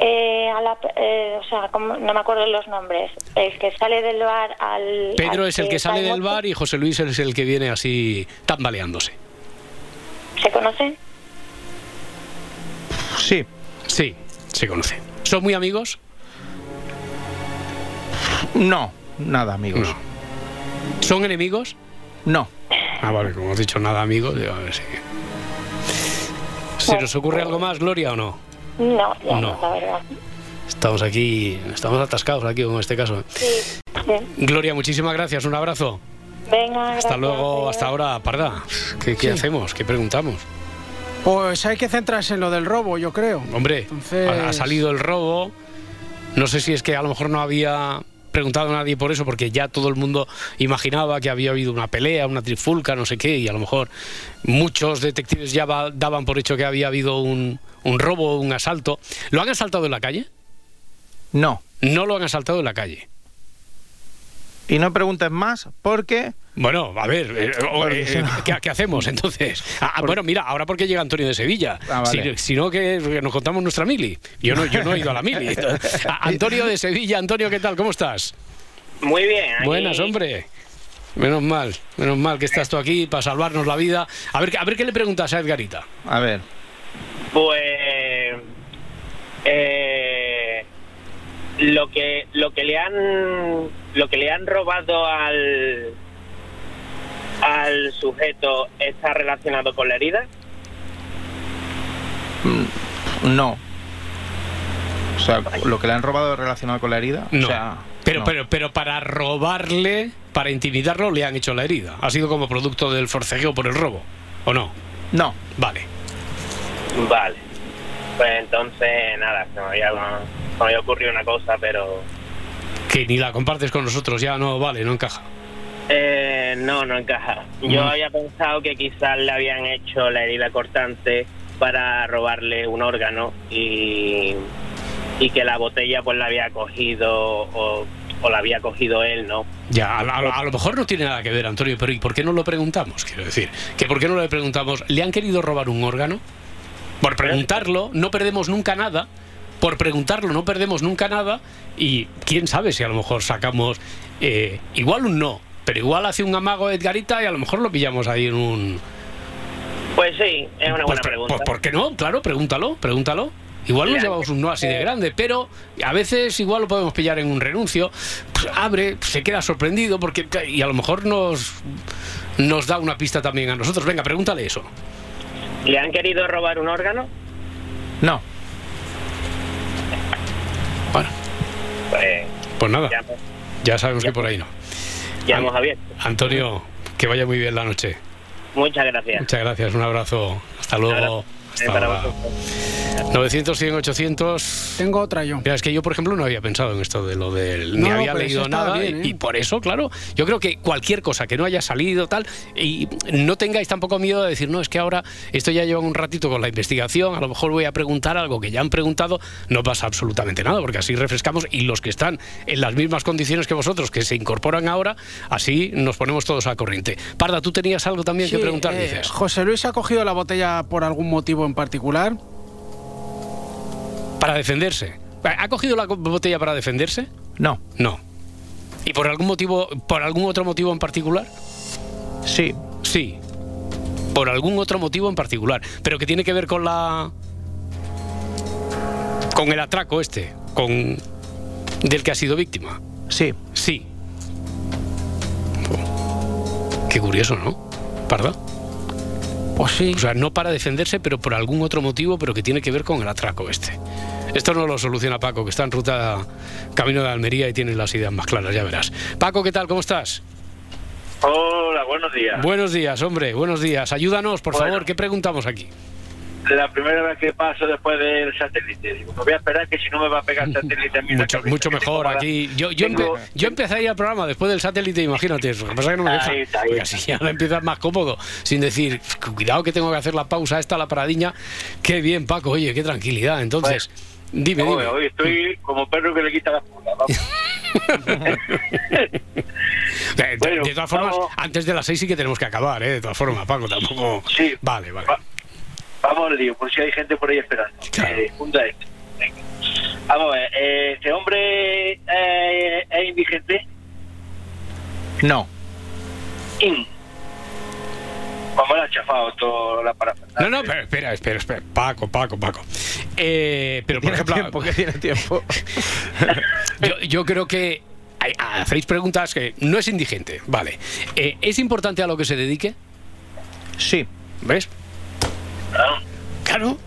eh, a la... pe- eh, o sea, ¿cómo? no me acuerdo los nombres. El que sale del bar al...
Pedro
al
es el que sale del bar y José Luis es el que viene así tambaleándose.
¿Se conocen?
Sí.
Sí, se conoce. ¿Son muy amigos?
No, nada, amigos.
¿Son enemigos?
No.
Ah, vale, como has dicho nada, amigos, digo, a ver si... ¿Se nos ocurre algo más, Gloria, o no?
No, ya no,
No.
la verdad.
Estamos aquí, estamos atascados aquí con este caso.
Bien.
Gloria, muchísimas gracias, un abrazo. Hasta
Venga, gracias,
luego,
adiós.
hasta ahora, Parda. ¿Qué, qué
Sí.
hacemos? ¿Qué preguntamos?
Pues hay que centrarse en lo del robo, yo creo.
Hombre,
Entonces-
ha ha salido el robo. No sé si es que a lo mejor no había preguntado a nadie por eso, porque ya todo el mundo imaginaba que había habido una pelea, una trifulca, no sé qué, y a lo mejor muchos detectives ya va- daban por hecho que había habido un, un robo, un asalto. ¿Lo han asaltado en la calle?
No.
No lo han asaltado en la calle.
Y no preguntes más porque...
Bueno, a ver, eh, o- eh, eh, ¿qué, qué hacemos entonces? Ah, ah, bueno, mira, ahora porque llega Antonio de Sevilla.
Ah,
Si,
vale.
si no, que que nos contamos nuestra mili. Yo no, yo no he ido a la mili. A- Antonio de Sevilla, Antonio, ¿qué tal? ¿Cómo estás?
Muy bien. aquí-
Buenas, hombre. Menos mal, menos mal que estás tú aquí para salvarnos la vida. A ver, a ver qué le preguntas a Edgarita.
A ver.
Pues eh, lo que lo que le han lo que le han robado al al sujeto está relacionado con la herida.
No. O sea, lo que le han robado relacionado con la herida.
No.
O sea,
Pero,
no.
pero, pero para robarle, para intimidarlo, le han hecho la herida. Ha sido como producto del forcejeo por el robo, ¿o no?
No.
Vale.
Vale. Pues entonces nada, se me había, se me había ocurrido una cosa, pero
Que ni la compartes con nosotros, ya no vale, no encaja.
eh, no, no encaja. Yo
Mm.
había pensado que quizás le habían hecho la herida cortante para robarle un órgano y, y que la botella pues la había cogido o, o la había cogido él, ¿no?
Ya, a, la- a lo mejor no tiene nada que ver, Antonio, pero ¿y por qué no lo preguntamos? Quiero decir, que ¿por qué no le preguntamos? ¿Le han querido robar un órgano? Por preguntarlo, no perdemos nunca nada. Por preguntarlo, no perdemos nunca nada. Y quién sabe si a lo mejor sacamos eh, igual un no, pero igual hace un amago Edgarita y a lo mejor lo pillamos ahí en un.
Pues sí, es una
Pues,
buena
pre-
pregunta.
pues, ¿Por qué no? Claro, pregúntalo, pregúntalo. Igual nos llevamos un no
eh.
así de grande, pero a veces igual lo podemos pillar en un renuncio. Pues, abre, se queda sorprendido porque y a lo mejor nos nos da una pista también a nosotros. Venga, pregúntale eso.
¿Le han querido robar un órgano?
No.
Bueno,
Pues
pues nada,
ya, hemos-
ya sabemos que por ahí no.
ya hemos abierto.
Antonio, que vaya muy bien la noche.
Muchas gracias. eh,
Muchas gracias, un abrazo. Hasta luego. Hasta
Para
ahora. 900, 100, 800.
Tengo otra yo.
Mira, es que yo, por ejemplo, no había pensado en esto de lo del. ni
No,
había
pero eso
leído
estaba
nada.
bien, ¿eh?
Y por eso, claro, yo creo que cualquier cosa que no haya salido, tal. Y no tengáis tampoco miedo de decir, no, es que ahora esto ya lleva un ratito con la investigación. A lo mejor voy a preguntar algo que ya han preguntado. No pasa absolutamente nada, porque así refrescamos. Y los que están en las mismas condiciones que vosotros, que se incorporan ahora, así nos ponemos todos a corriente. Parda, tú tenías algo también que
Sí,
preguntar,
eh,
dices.
José Luis ha cogido la botella por algún motivo en particular.
Para defenderse. ¿Ha cogido la co- botella para defenderse?
No.
No. ¿Y por algún motivo, por algún otro motivo en particular?
Sí.
Sí. Por algún otro motivo en particular. Pero que tiene que ver con la. con el atraco este. Con. del que ha sido víctima.
Sí.
Sí. Qué curioso, ¿no? ¿Parda?
Pues sí.
O sea, no para defenderse, pero por algún otro motivo, pero que tiene que ver con el atraco este. Esto no lo soluciona Paco, que está en ruta camino de Almería y tiene las ideas más claras, ya verás. Paco, ¿qué tal? ¿Cómo estás?
Hola, buenos días.
Buenos días, hombre, buenos días. Ayúdanos, por
Bueno.
favor, ¿qué preguntamos aquí?
La primera vez que paso después del satélite, digo, me voy a esperar que si no me va a pegar el satélite a mí en la
Mucho,
cabeza,
mucho
que tengo
mejor
mala-
aquí. Yo, yo, empe-
tengo-
yo empecé ahí el programa después del satélite, imagínate eso. Lo que pasa es que no me deja.
Ahí está, ahí
Porque
está.
así ya lo empiezas más cómodo, sin decir, cuidado que tengo que hacer la pausa, esta la paradiña. Qué bien, Paco, oye, qué tranquilidad. Entonces, dime,
Oye,
dime.
Pues, hoy estoy como perro que le quita las pulgas. vamos.
De, de- de todas formas, antes de las seis sí que tenemos que acabar, ¿eh? De todas formas, Paco, tampoco.
Sí.
Vale, vale.
Vamos al lío, por si hay gente por ahí esperando. Eh, junta esto. Venga. Vamos a ver, eh, ¿este hombre eh, es indigente?
No.
In. Vamos, la ha chafado toda la parada.
No, no, pero espera, espera, espera. Paco, Paco, Paco. Eh, pero por ejemplo.
Porque tiene tiempo.
yo, yo creo que hay- hacéis preguntas que no es indigente, vale. Eh, ¿Es importante a lo que se dedique?
Sí.
¿Ves? Claro.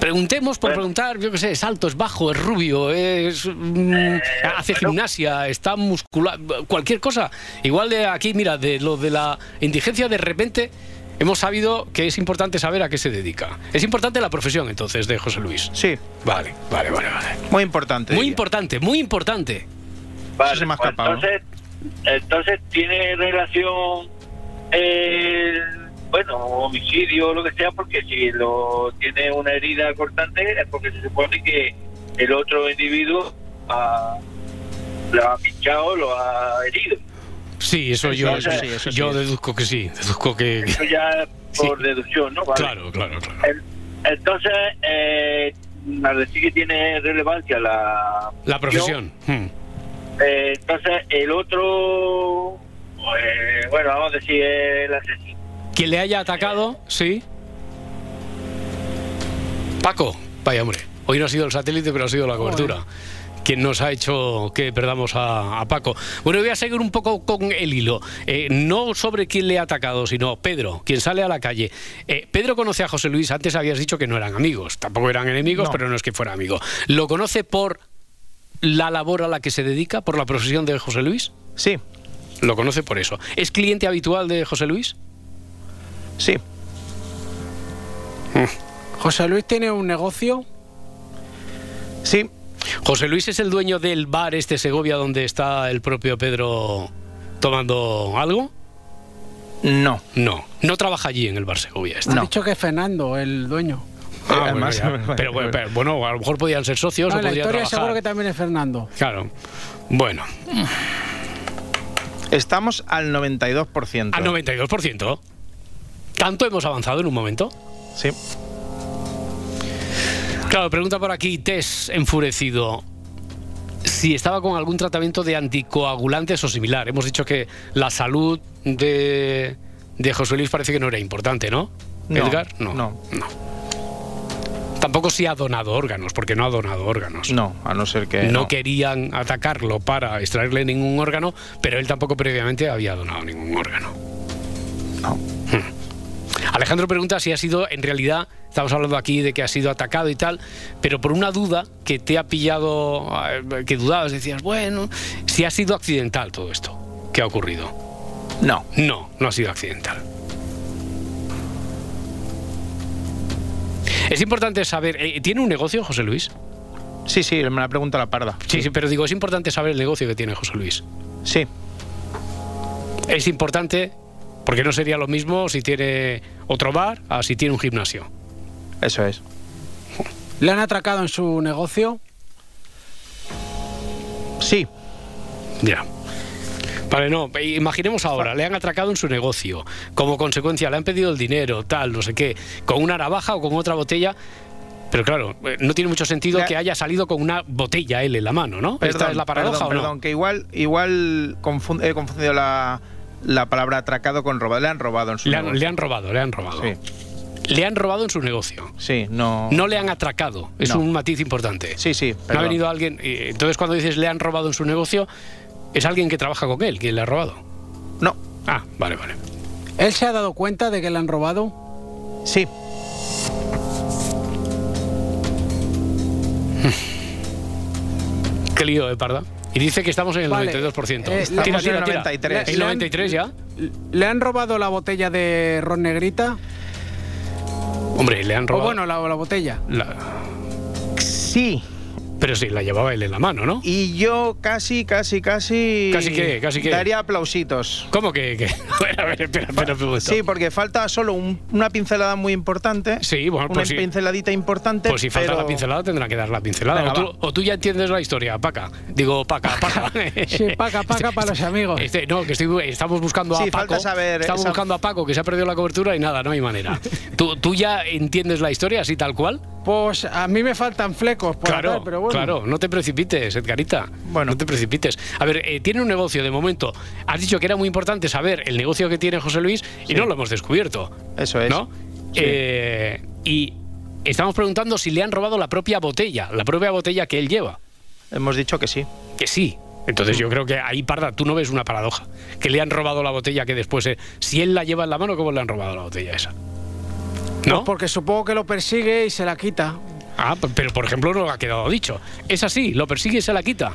Preguntemos por preguntar, yo qué sé, es alto, es bajo, es rubio, es mm, hace gimnasia, está muscular, cualquier cosa. Igual de aquí, mira, de lo de la indigencia, de repente hemos sabido que es importante saber a qué se dedica. Es importante la profesión, entonces, de José Luis.
Sí.
Vale, vale, vale, vale.
Muy importante.
Muy importante, muy importante.
Vale,
se me ha
pues
escapado.
Entonces, entonces tiene relación el bueno homicidio o lo que sea porque si lo tiene una herida cortante es porque se supone que el otro individuo ah, lo ha pinchado, lo ha herido.
Sí, eso yo,
Eso sí, eso sí.
yo deduzco que sí, deduzco que...
Eso ya por deducción, ¿no? Vale.
Claro, claro, claro.
En- Entonces, eh, al decir que tiene relevancia la
La profesión. Hmm.
Eh, entonces, el otro, eh, bueno, vamos a decir el asesino.
Quien le haya atacado, sí. Paco, vaya hombre. Hoy no ha sido el satélite, pero ha sido la cobertura. Quien nos ha hecho que perdamos a, a Paco. Bueno, voy a seguir un poco con el hilo. Eh, no sobre quién le ha atacado, sino Pedro, quien sale a la calle. Eh, Pedro conoce a José Luis. Antes habías dicho que no eran amigos. Tampoco eran enemigos, pero no es que fuera amigo. ¿Lo conoce por la labor a la que se dedica, por la profesión de José Luis?
Sí.
Lo conoce por eso. ¿Es cliente habitual de José Luis?
Sí.
Mm. José Luis tiene un negocio.
Sí.
José Luis es el dueño del bar este Segovia donde está el propio Pedro tomando algo.
No.
No, no trabaja allí en el bar Segovia. este.
Ha dicho que es Fernando, el dueño.
Ah, bueno, ya. pero, bueno, pero bueno, a lo mejor podían ser socios
No,
o
Ah, en la
podría
historia
trabajar.
seguro que también es Fernando.
Claro. Bueno,
Estamos al 92%.
al 92%. ¿Tanto hemos avanzado en un momento?
Sí.
Claro, pregunta por aquí Tess enfurecido. Si estaba con algún tratamiento de anticoagulantes o similar. Hemos dicho que la salud de, de José Luis parece que no era importante, ¿no?
No,
Edgar, no. Tampoco si ha donado órganos, porque no ha donado órganos.
No, a no ser que.
no, querían atacarlo para extraerle ningún órgano, pero él tampoco previamente había donado ningún órgano. Hmm. Alejandro pregunta si ha sido, en realidad, estamos hablando aquí de que ha sido atacado y tal, pero por una duda que te ha pillado, eh, que dudabas, decías, bueno, si ha sido accidental todo esto que ha ocurrido.
No.
No, no ha sido accidental. Es importante saber, eh, ¿tiene un negocio José Luis?
Sí, sí, me la pregunta la parda.
Sí, sí, pero digo, es importante saber el negocio que tiene José Luis.
Sí.
Es importante porque no sería lo mismo si tiene otro bar a si tiene un gimnasio.
Eso es.
¿Le han atracado en su negocio?
Sí.
Ya. Vale, no, eh, imaginemos ahora, le han atracado en su negocio, como consecuencia le han pedido el dinero, tal, no sé qué, con una navaja o con otra botella, pero claro, eh, no tiene mucho sentido
Ya.
que haya salido con una botella él en la mano, ¿no? ¿Esta es la paradoja
perdón,
o no?
perdón, que igual, igual confun- he confundido la, la palabra atracado con robado. Le han robado en su
Le han,
negocio.
le han robado, le han robado. Le han robado en su negocio.
Sí, no.
No le han atracado, es
No.
un matiz importante.
Sí, sí.
No ha
perdón.
venido alguien. eh, Entonces, cuando dices le han robado en su negocio, es alguien que trabaja con él quien le ha robado.
No.
Ah, vale, vale.
¿Él se ha dado cuenta de que le han robado?
Sí.
Qué lío, ¿eh, Parda? Y dice que estamos en el
Vale,
92%.
eh,
tira,
estamos en
tira,
el
tira.
93.
¿El
Le han-
93 ya?
¿Le han robado la botella de Ron Negrita?
Hombre, le han
O
robado.
bueno, la, la botella.
la-
Sí.
Pero sí, la llevaba él en la mano, ¿no?
Y yo casi, casi, casi.
¿Casi qué? ¿Casi qué?
Daría aplausitos.
¿Cómo que.? que? A ver, espera, espera, espera.
Pues- Sí, porque falta solo un- una pincelada muy importante.
Sí, bueno,
Una
pues sí.
pinceladita importante.
Pues si falta
pero-
la pincelada, tendrán que dar la pincelada.
Venga,
o, tú, o tú ya entiendes la historia, Paca. Digo, Paca, Paca.
Sí, paca, paca para los amigos.
Este, no, que estoy- estamos buscando a
Sí,
Paco.
falta saber
estamos
esa-
buscando a Paco, que se ha perdido la cobertura y nada, no hay manera. ¿Tú, tú ya entiendes la historia así tal cual?
Pues a mí me faltan flecos por
Claro,
atar, pero bueno.
claro, no te precipites, Edgarita. Bueno. No te precipites. A ver, eh, tiene un negocio de momento. Has dicho que era muy importante saber el negocio que tiene José Luis y no lo hemos descubierto.
Eso es.
¿No? Eh, y estamos preguntando si le han robado la propia botella, la propia botella que él lleva.
Hemos dicho que sí. Mm.
Que sí. Entonces yo creo que ahí, Parda, tú no ves una paradoja. Que le han robado la botella que después... eh, si él la lleva en la mano, ¿cómo le han robado la botella esa? ¿No?
Pues porque supongo que lo persigue y se la quita.
Ah, p- pero por ejemplo no ha quedado dicho. Es así, lo persigue y se la quita.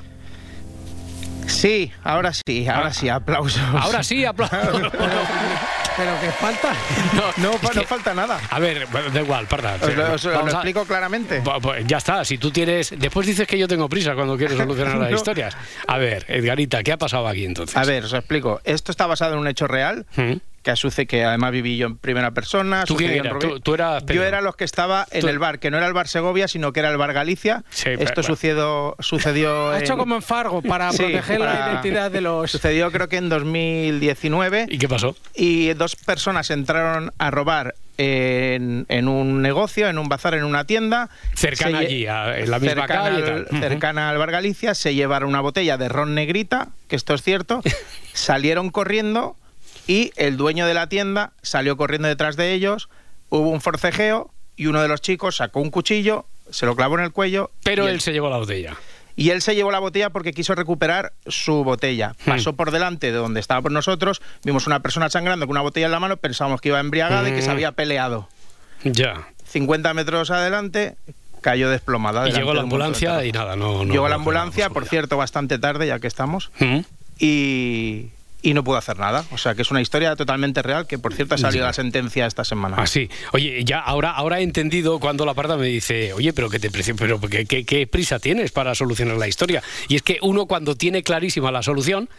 Sí, ahora sí, ahora sí, aplausos.
Ahora sí, aplausos.
Pero que falta.
No, fa- no falta nada.
A ver, bueno, da igual, parda.
Os lo, os lo
Vamos a-
explico claramente.
Bu- bu- Ya está, si tú tienes... Después dices que yo tengo prisa cuando quiero solucionar las
No.
historias. A ver, Edgarita, ¿qué ha pasado aquí entonces?
A ver, os lo explico. Esto está basado en un hecho real que sucede que además viví yo en primera persona.
Hmm. ¿Tú quién
sucedió en
eras?
Rubí.
¿Tú- tú eras Pedro?
Yo era los que estaba en
Tú-
el bar, que no era el bar Segovia, sino que era el bar Galicia.
pero-
Esto sucedió, sucedió
Ha hecho
en-
como en Fargo para
Sí,
proteger la
para-
identidad de los.
Sucedió creo que en 2019.
¿Y qué pasó?
Y dos personas entraron a robar en, en un negocio, en un bazar, en una tienda.
Cercana
lle-
allí, a- en la misma
cercana
calle y
al-
tal. Ujú.
cercana al Bar Galicia, se llevaron una botella de ron negrita, que esto es cierto, salieron corriendo y el dueño de la tienda salió corriendo detrás de ellos, hubo un forcejeo y uno de los chicos sacó un cuchillo, se lo clavó en el cuello.
Pero
y el-
él se llevó la botella.
y él se llevó la botella porque quiso recuperar su botella.
Hmm.
Pasó por delante de donde estábamos nosotros, vimos una persona sangrando con una botella en la mano, pensábamos que iba embriagada y que se
Mm.
había peleado.
Ya.
50 metros adelante cayó desplomada.
Y
delante
llegó la
de un montón de
ambulancia y nada, no... no-
Llegó la
no-
ambulancia, por cierto, bastante tarde, ya que estamos.
Mm.
Y, y no pudo hacer nada. O sea, que es una historia totalmente real, que por cierto ha salido la sentencia esta semana.
Así. Ah, Oye, ya ahora, ahora he entendido cuando la parda me dice, oye, pero que te preci- pero que- que- qué prisa tienes para solucionar la historia. Y es que uno cuando tiene clarísima la solución,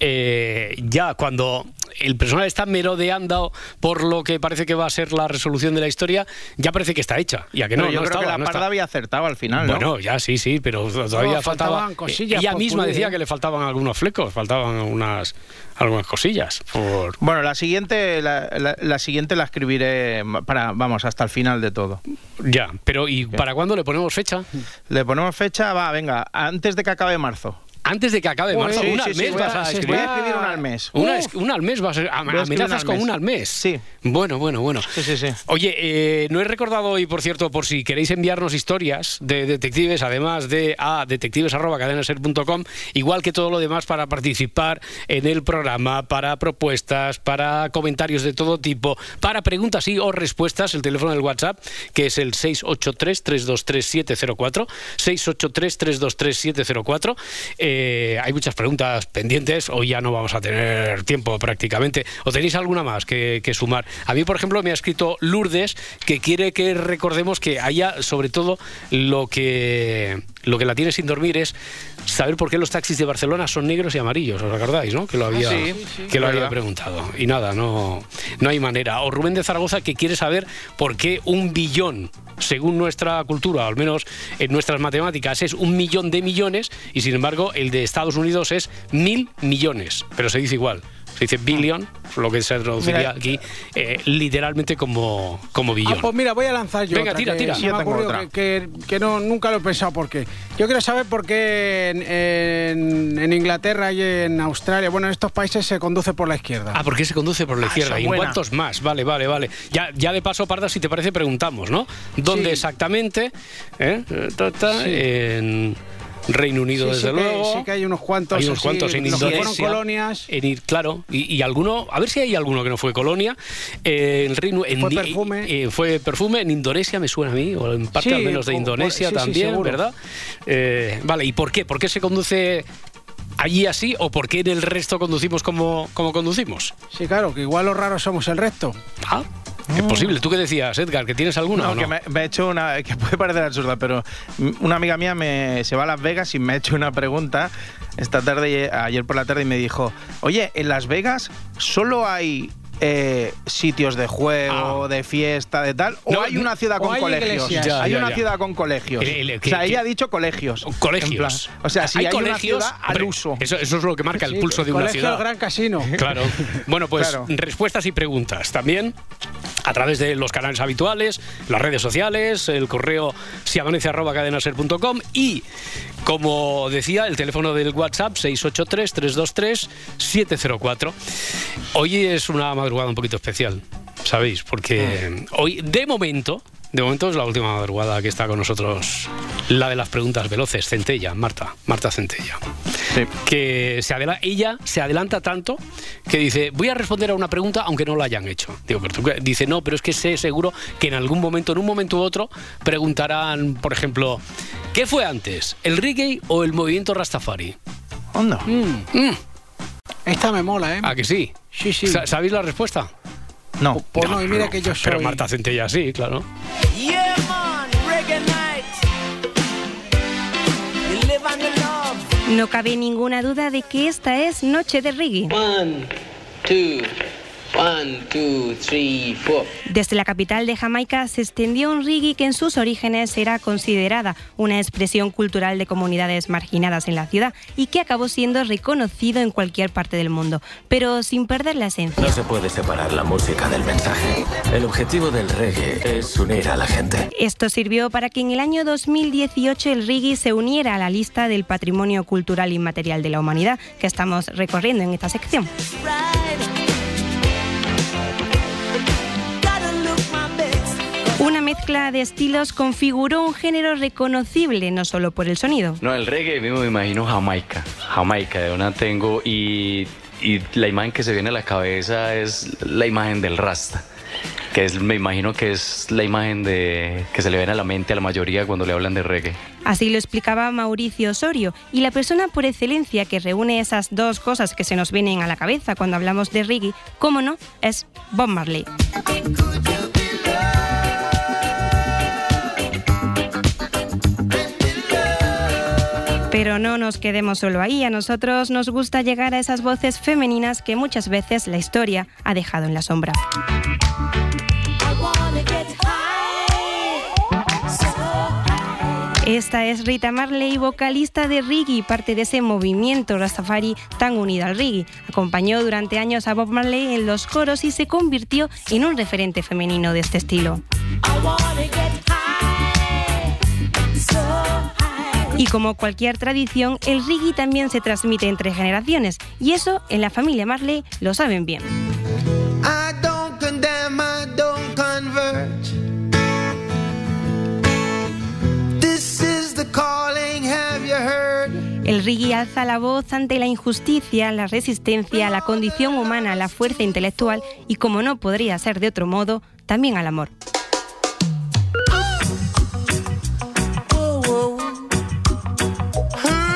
eh, ya cuando el personal está merodeando por lo que parece que va a ser la resolución de la historia, ya parece que está hecha. Ya que no,
Pero yo
no
creo
estaba,
que la
no
parda
estaba.
había acertado al final, ¿no?
Bueno, ya sí, sí, pero todavía
No,
faltaba.
faltaban cosillas
Ella
por
misma
pulir,
decía
¿eh?
que le faltaban algunos flecos, faltaban algunas, algunas cosillas. Por...
Bueno, la siguiente la, la- la siguiente la escribiré para vamos hasta el final de todo.
Ya, pero ¿y para cuándo le ponemos fecha?
Le ponemos fecha, va, venga, antes de que acabe marzo.
Antes de que acabe marzo,
Sí,
una
sí,
al
sí,
mes
voy
vas a
sí,
escribir.
Voy a escribir una al mes.
Una
Uf,
es- una al mes vas a,
Voy a escribir una
amenazas
al
con
mes.
una al mes.
Sí.
Bueno, bueno, bueno.
Sí, sí, sí.
Oye, eh, no he recordado hoy, por cierto, por si queréis enviarnos historias de detectives, además de a detectives.cadenaser.com, igual que todo lo demás para participar en el programa, para propuestas, para comentarios de todo tipo, para preguntas y o respuestas, el teléfono del WhatsApp, que es el 683-323-704, 683-323-704. Eh, hay muchas preguntas pendientes, hoy ya no vamos a tener tiempo prácticamente. ¿O tenéis alguna más que, que sumar? A mí, por ejemplo, me ha escrito Lourdes que quiere que recordemos que haya, sobre todo, lo que, lo que la tiene sin dormir es saber por qué los taxis de Barcelona son negros y amarillos. ¿Os acordáis, no? Que lo había,
sí, Ah, sí,
que lo había
verdad.
preguntado. Y nada, no, no hay manera. O Rubén de Zaragoza que quiere saber por qué un billón, según nuestra cultura, o al menos en nuestras matemáticas, es un millón de millones y sin embargo el de Estados Unidos es mil millones. Pero se dice igual. Se dice billion, lo que se traduciría
Mira.
aquí eh, literalmente como, como
Ah,
billón.
pues mira, voy a lanzar yo.
Venga,
otra,
tira,
que
tira.
se
Yo
me ha
tengo
ocurrido
otra.
Que, que- que no, nunca lo he pensado por qué. Yo quiero saber por qué en, en- en Inglaterra y en Australia, bueno, en estos países se conduce por la izquierda.
Ah, porque se conduce por la izquierda.
esa
¿Y en
buena.
cuántos más? Vale, vale, vale. Ya, ya de paso, Parda, si te parece, preguntamos, ¿no? ¿Dónde exactamente? ¿Eh? Eh, ta, ta, en- Reino Unido,
Sí, sí
desde
que-
luego.
sí que hay unos cuantos
Hay unos
así,
cuantos en
los que fueron
Indonesia.
colonias.
en ir- claro, y, y alguno, a ver si hay alguno que no fue colonia. Eh, en Reino, en
Fue
Di-
perfume.
eh, fue perfume, en Indonesia me suena a mí, o en parte
Sí,
al menos de
como-
Indonesia
sí, sí,
también,
seguro.
¿verdad? Eh, vale, ¿y por qué? ¿Por qué se conduce allí así o por qué en el resto conducimos como, como conducimos?
Sí, claro, que igual los raros somos el resto.
Ah, es
Mm.
posible. ¿Tú qué decías, Edgar? ¿Que tienes alguna o no?
que me, me ha hecho una que puede parecer absurda, pero m- una amiga mía me, se va a Las Vegas y me ha hecho una pregunta esta tarde, ayer por la tarde, y me dijo, oye, en Las Vegas solo hay eh, sitios de juego, de fiesta, de tal, o
Ah. No,
hay una ciudad
o
con
hay
colegios.
iglesias. Ya,
hay
ya,
una
ya.
ciudad con colegios.
El- el-
o sea,
que-
ella
que-
ha dicho colegios. En plan,
Colegios.
o sea, si hay, una ciudad al
Hombre,
uso.
Eso, eso es lo que marca el
Sí,
pulso de una
colegio
ciudad.
al Gran Casino.
Claro. Bueno, pues
Claro.
respuestas y preguntas también a través de los canales habituales, las redes sociales, el correo siamanece@cadenaser.com y como decía, el teléfono del WhatsApp 683 323 704. Hoy es una madrugada un poquito especial, sabéis, porque hoy de momento de momento es la última madrugada que está con nosotros la de las preguntas veloces, Centella, Marta, Marta Centella que se adela- ella se adelanta tanto que dice, voy a responder a una pregunta aunque no la hayan hecho. Digo, pero tú qué- dice, no, pero es que sé seguro que en algún momento, en un momento u otro, preguntarán, por ejemplo, ¿qué fue antes, el reggae o el movimiento Rastafari?
Onda.
Mm.
Esta me mola, ¿eh?
¿A que sí?
Sí, sí.
Sa- ¿Sabéis la respuesta?
No.
Pues no, y mira que yo
Pero
soy-
Marta Centella sí, claro.
Yeah, man, reggae night. You live and you love.
No cabe ninguna duda de que esta es Noche de Reggae.
Two, one, two, three, four.
Desde la capital de Jamaica se extendió un reggae que en sus orígenes era considerada una expresión cultural de comunidades marginadas en la ciudad y que acabó siendo reconocido en cualquier parte del mundo, pero sin perder la esencia.
No se puede separar la música del mensaje. El objetivo del reggae es unir a la gente.
Esto sirvió para que en el año 2018 el reggae se uniera a la lista del patrimonio cultural inmaterial de la humanidad que estamos recorriendo en esta sección. Una mezcla de estilos configuró un género reconocible no solo por el sonido.
No, el reggae mismo me imagino Jamaica. Jamaica, de una tengo. Y, y la imagen que se viene a la cabeza es la imagen del rasta. Que es, me imagino que es la imagen de, que se le viene a la mente a la mayoría cuando le hablan de reggae.
Así lo explicaba Mauricio Osorio, y la persona por excelencia que reúne esas dos cosas que se nos vienen a la cabeza cuando hablamos de reggae, cómo no, es Bob Marley. Pero no nos quedemos solo ahí, a nosotros nos gusta llegar a esas voces femeninas que muchas veces la historia ha dejado en la sombra. Esta es Rita Marley, vocalista de reggae y parte de ese movimiento Rastafari tan unido al reggae. Acompañó durante años a Bob Marley en los coros y se convirtió en un referente femenino de este estilo. Y como cualquier tradición, el reggae también se transmite entre generaciones y eso en la familia Marley lo saben bien.
I don't condemn, I don't convert. This is the calling, have you heard?
El reggae alza la voz ante la injusticia, la resistencia, la condición humana, la fuerza intelectual y, como no podría ser de otro modo, también al amor.
Oh, oh. Hmm.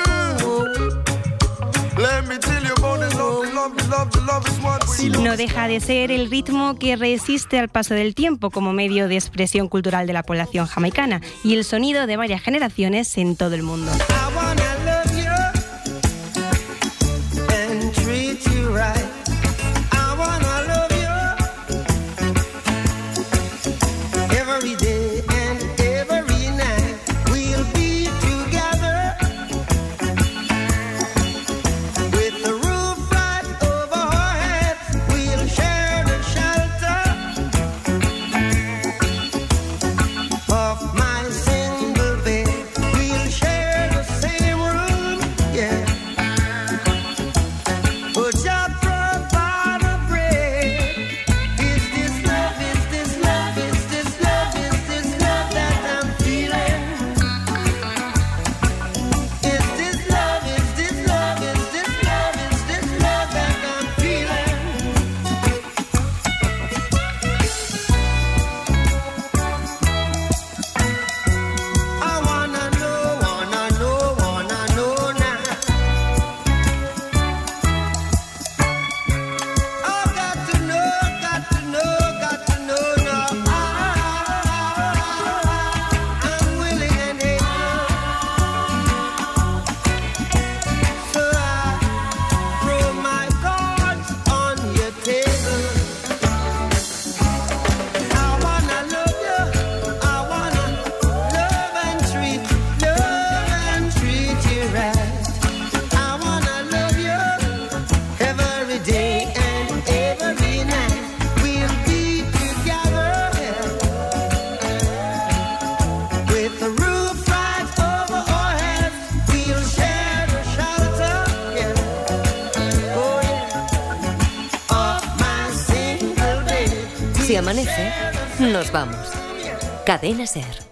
Let me tell you about the love, the love, the love, the love is what we
No deja de ser el ritmo que resiste al paso del tiempo como medio de expresión cultural de la población jamaicana y el sonido de varias generaciones en todo el mundo.
I wanna love you and treat you right. I wanna love you every day and every night. We'll be together with the roof right over our heads. We'll share the shelter of my single bed. We'll share the same. Oh,
Si amanece, nos vamos. Cadena Ser.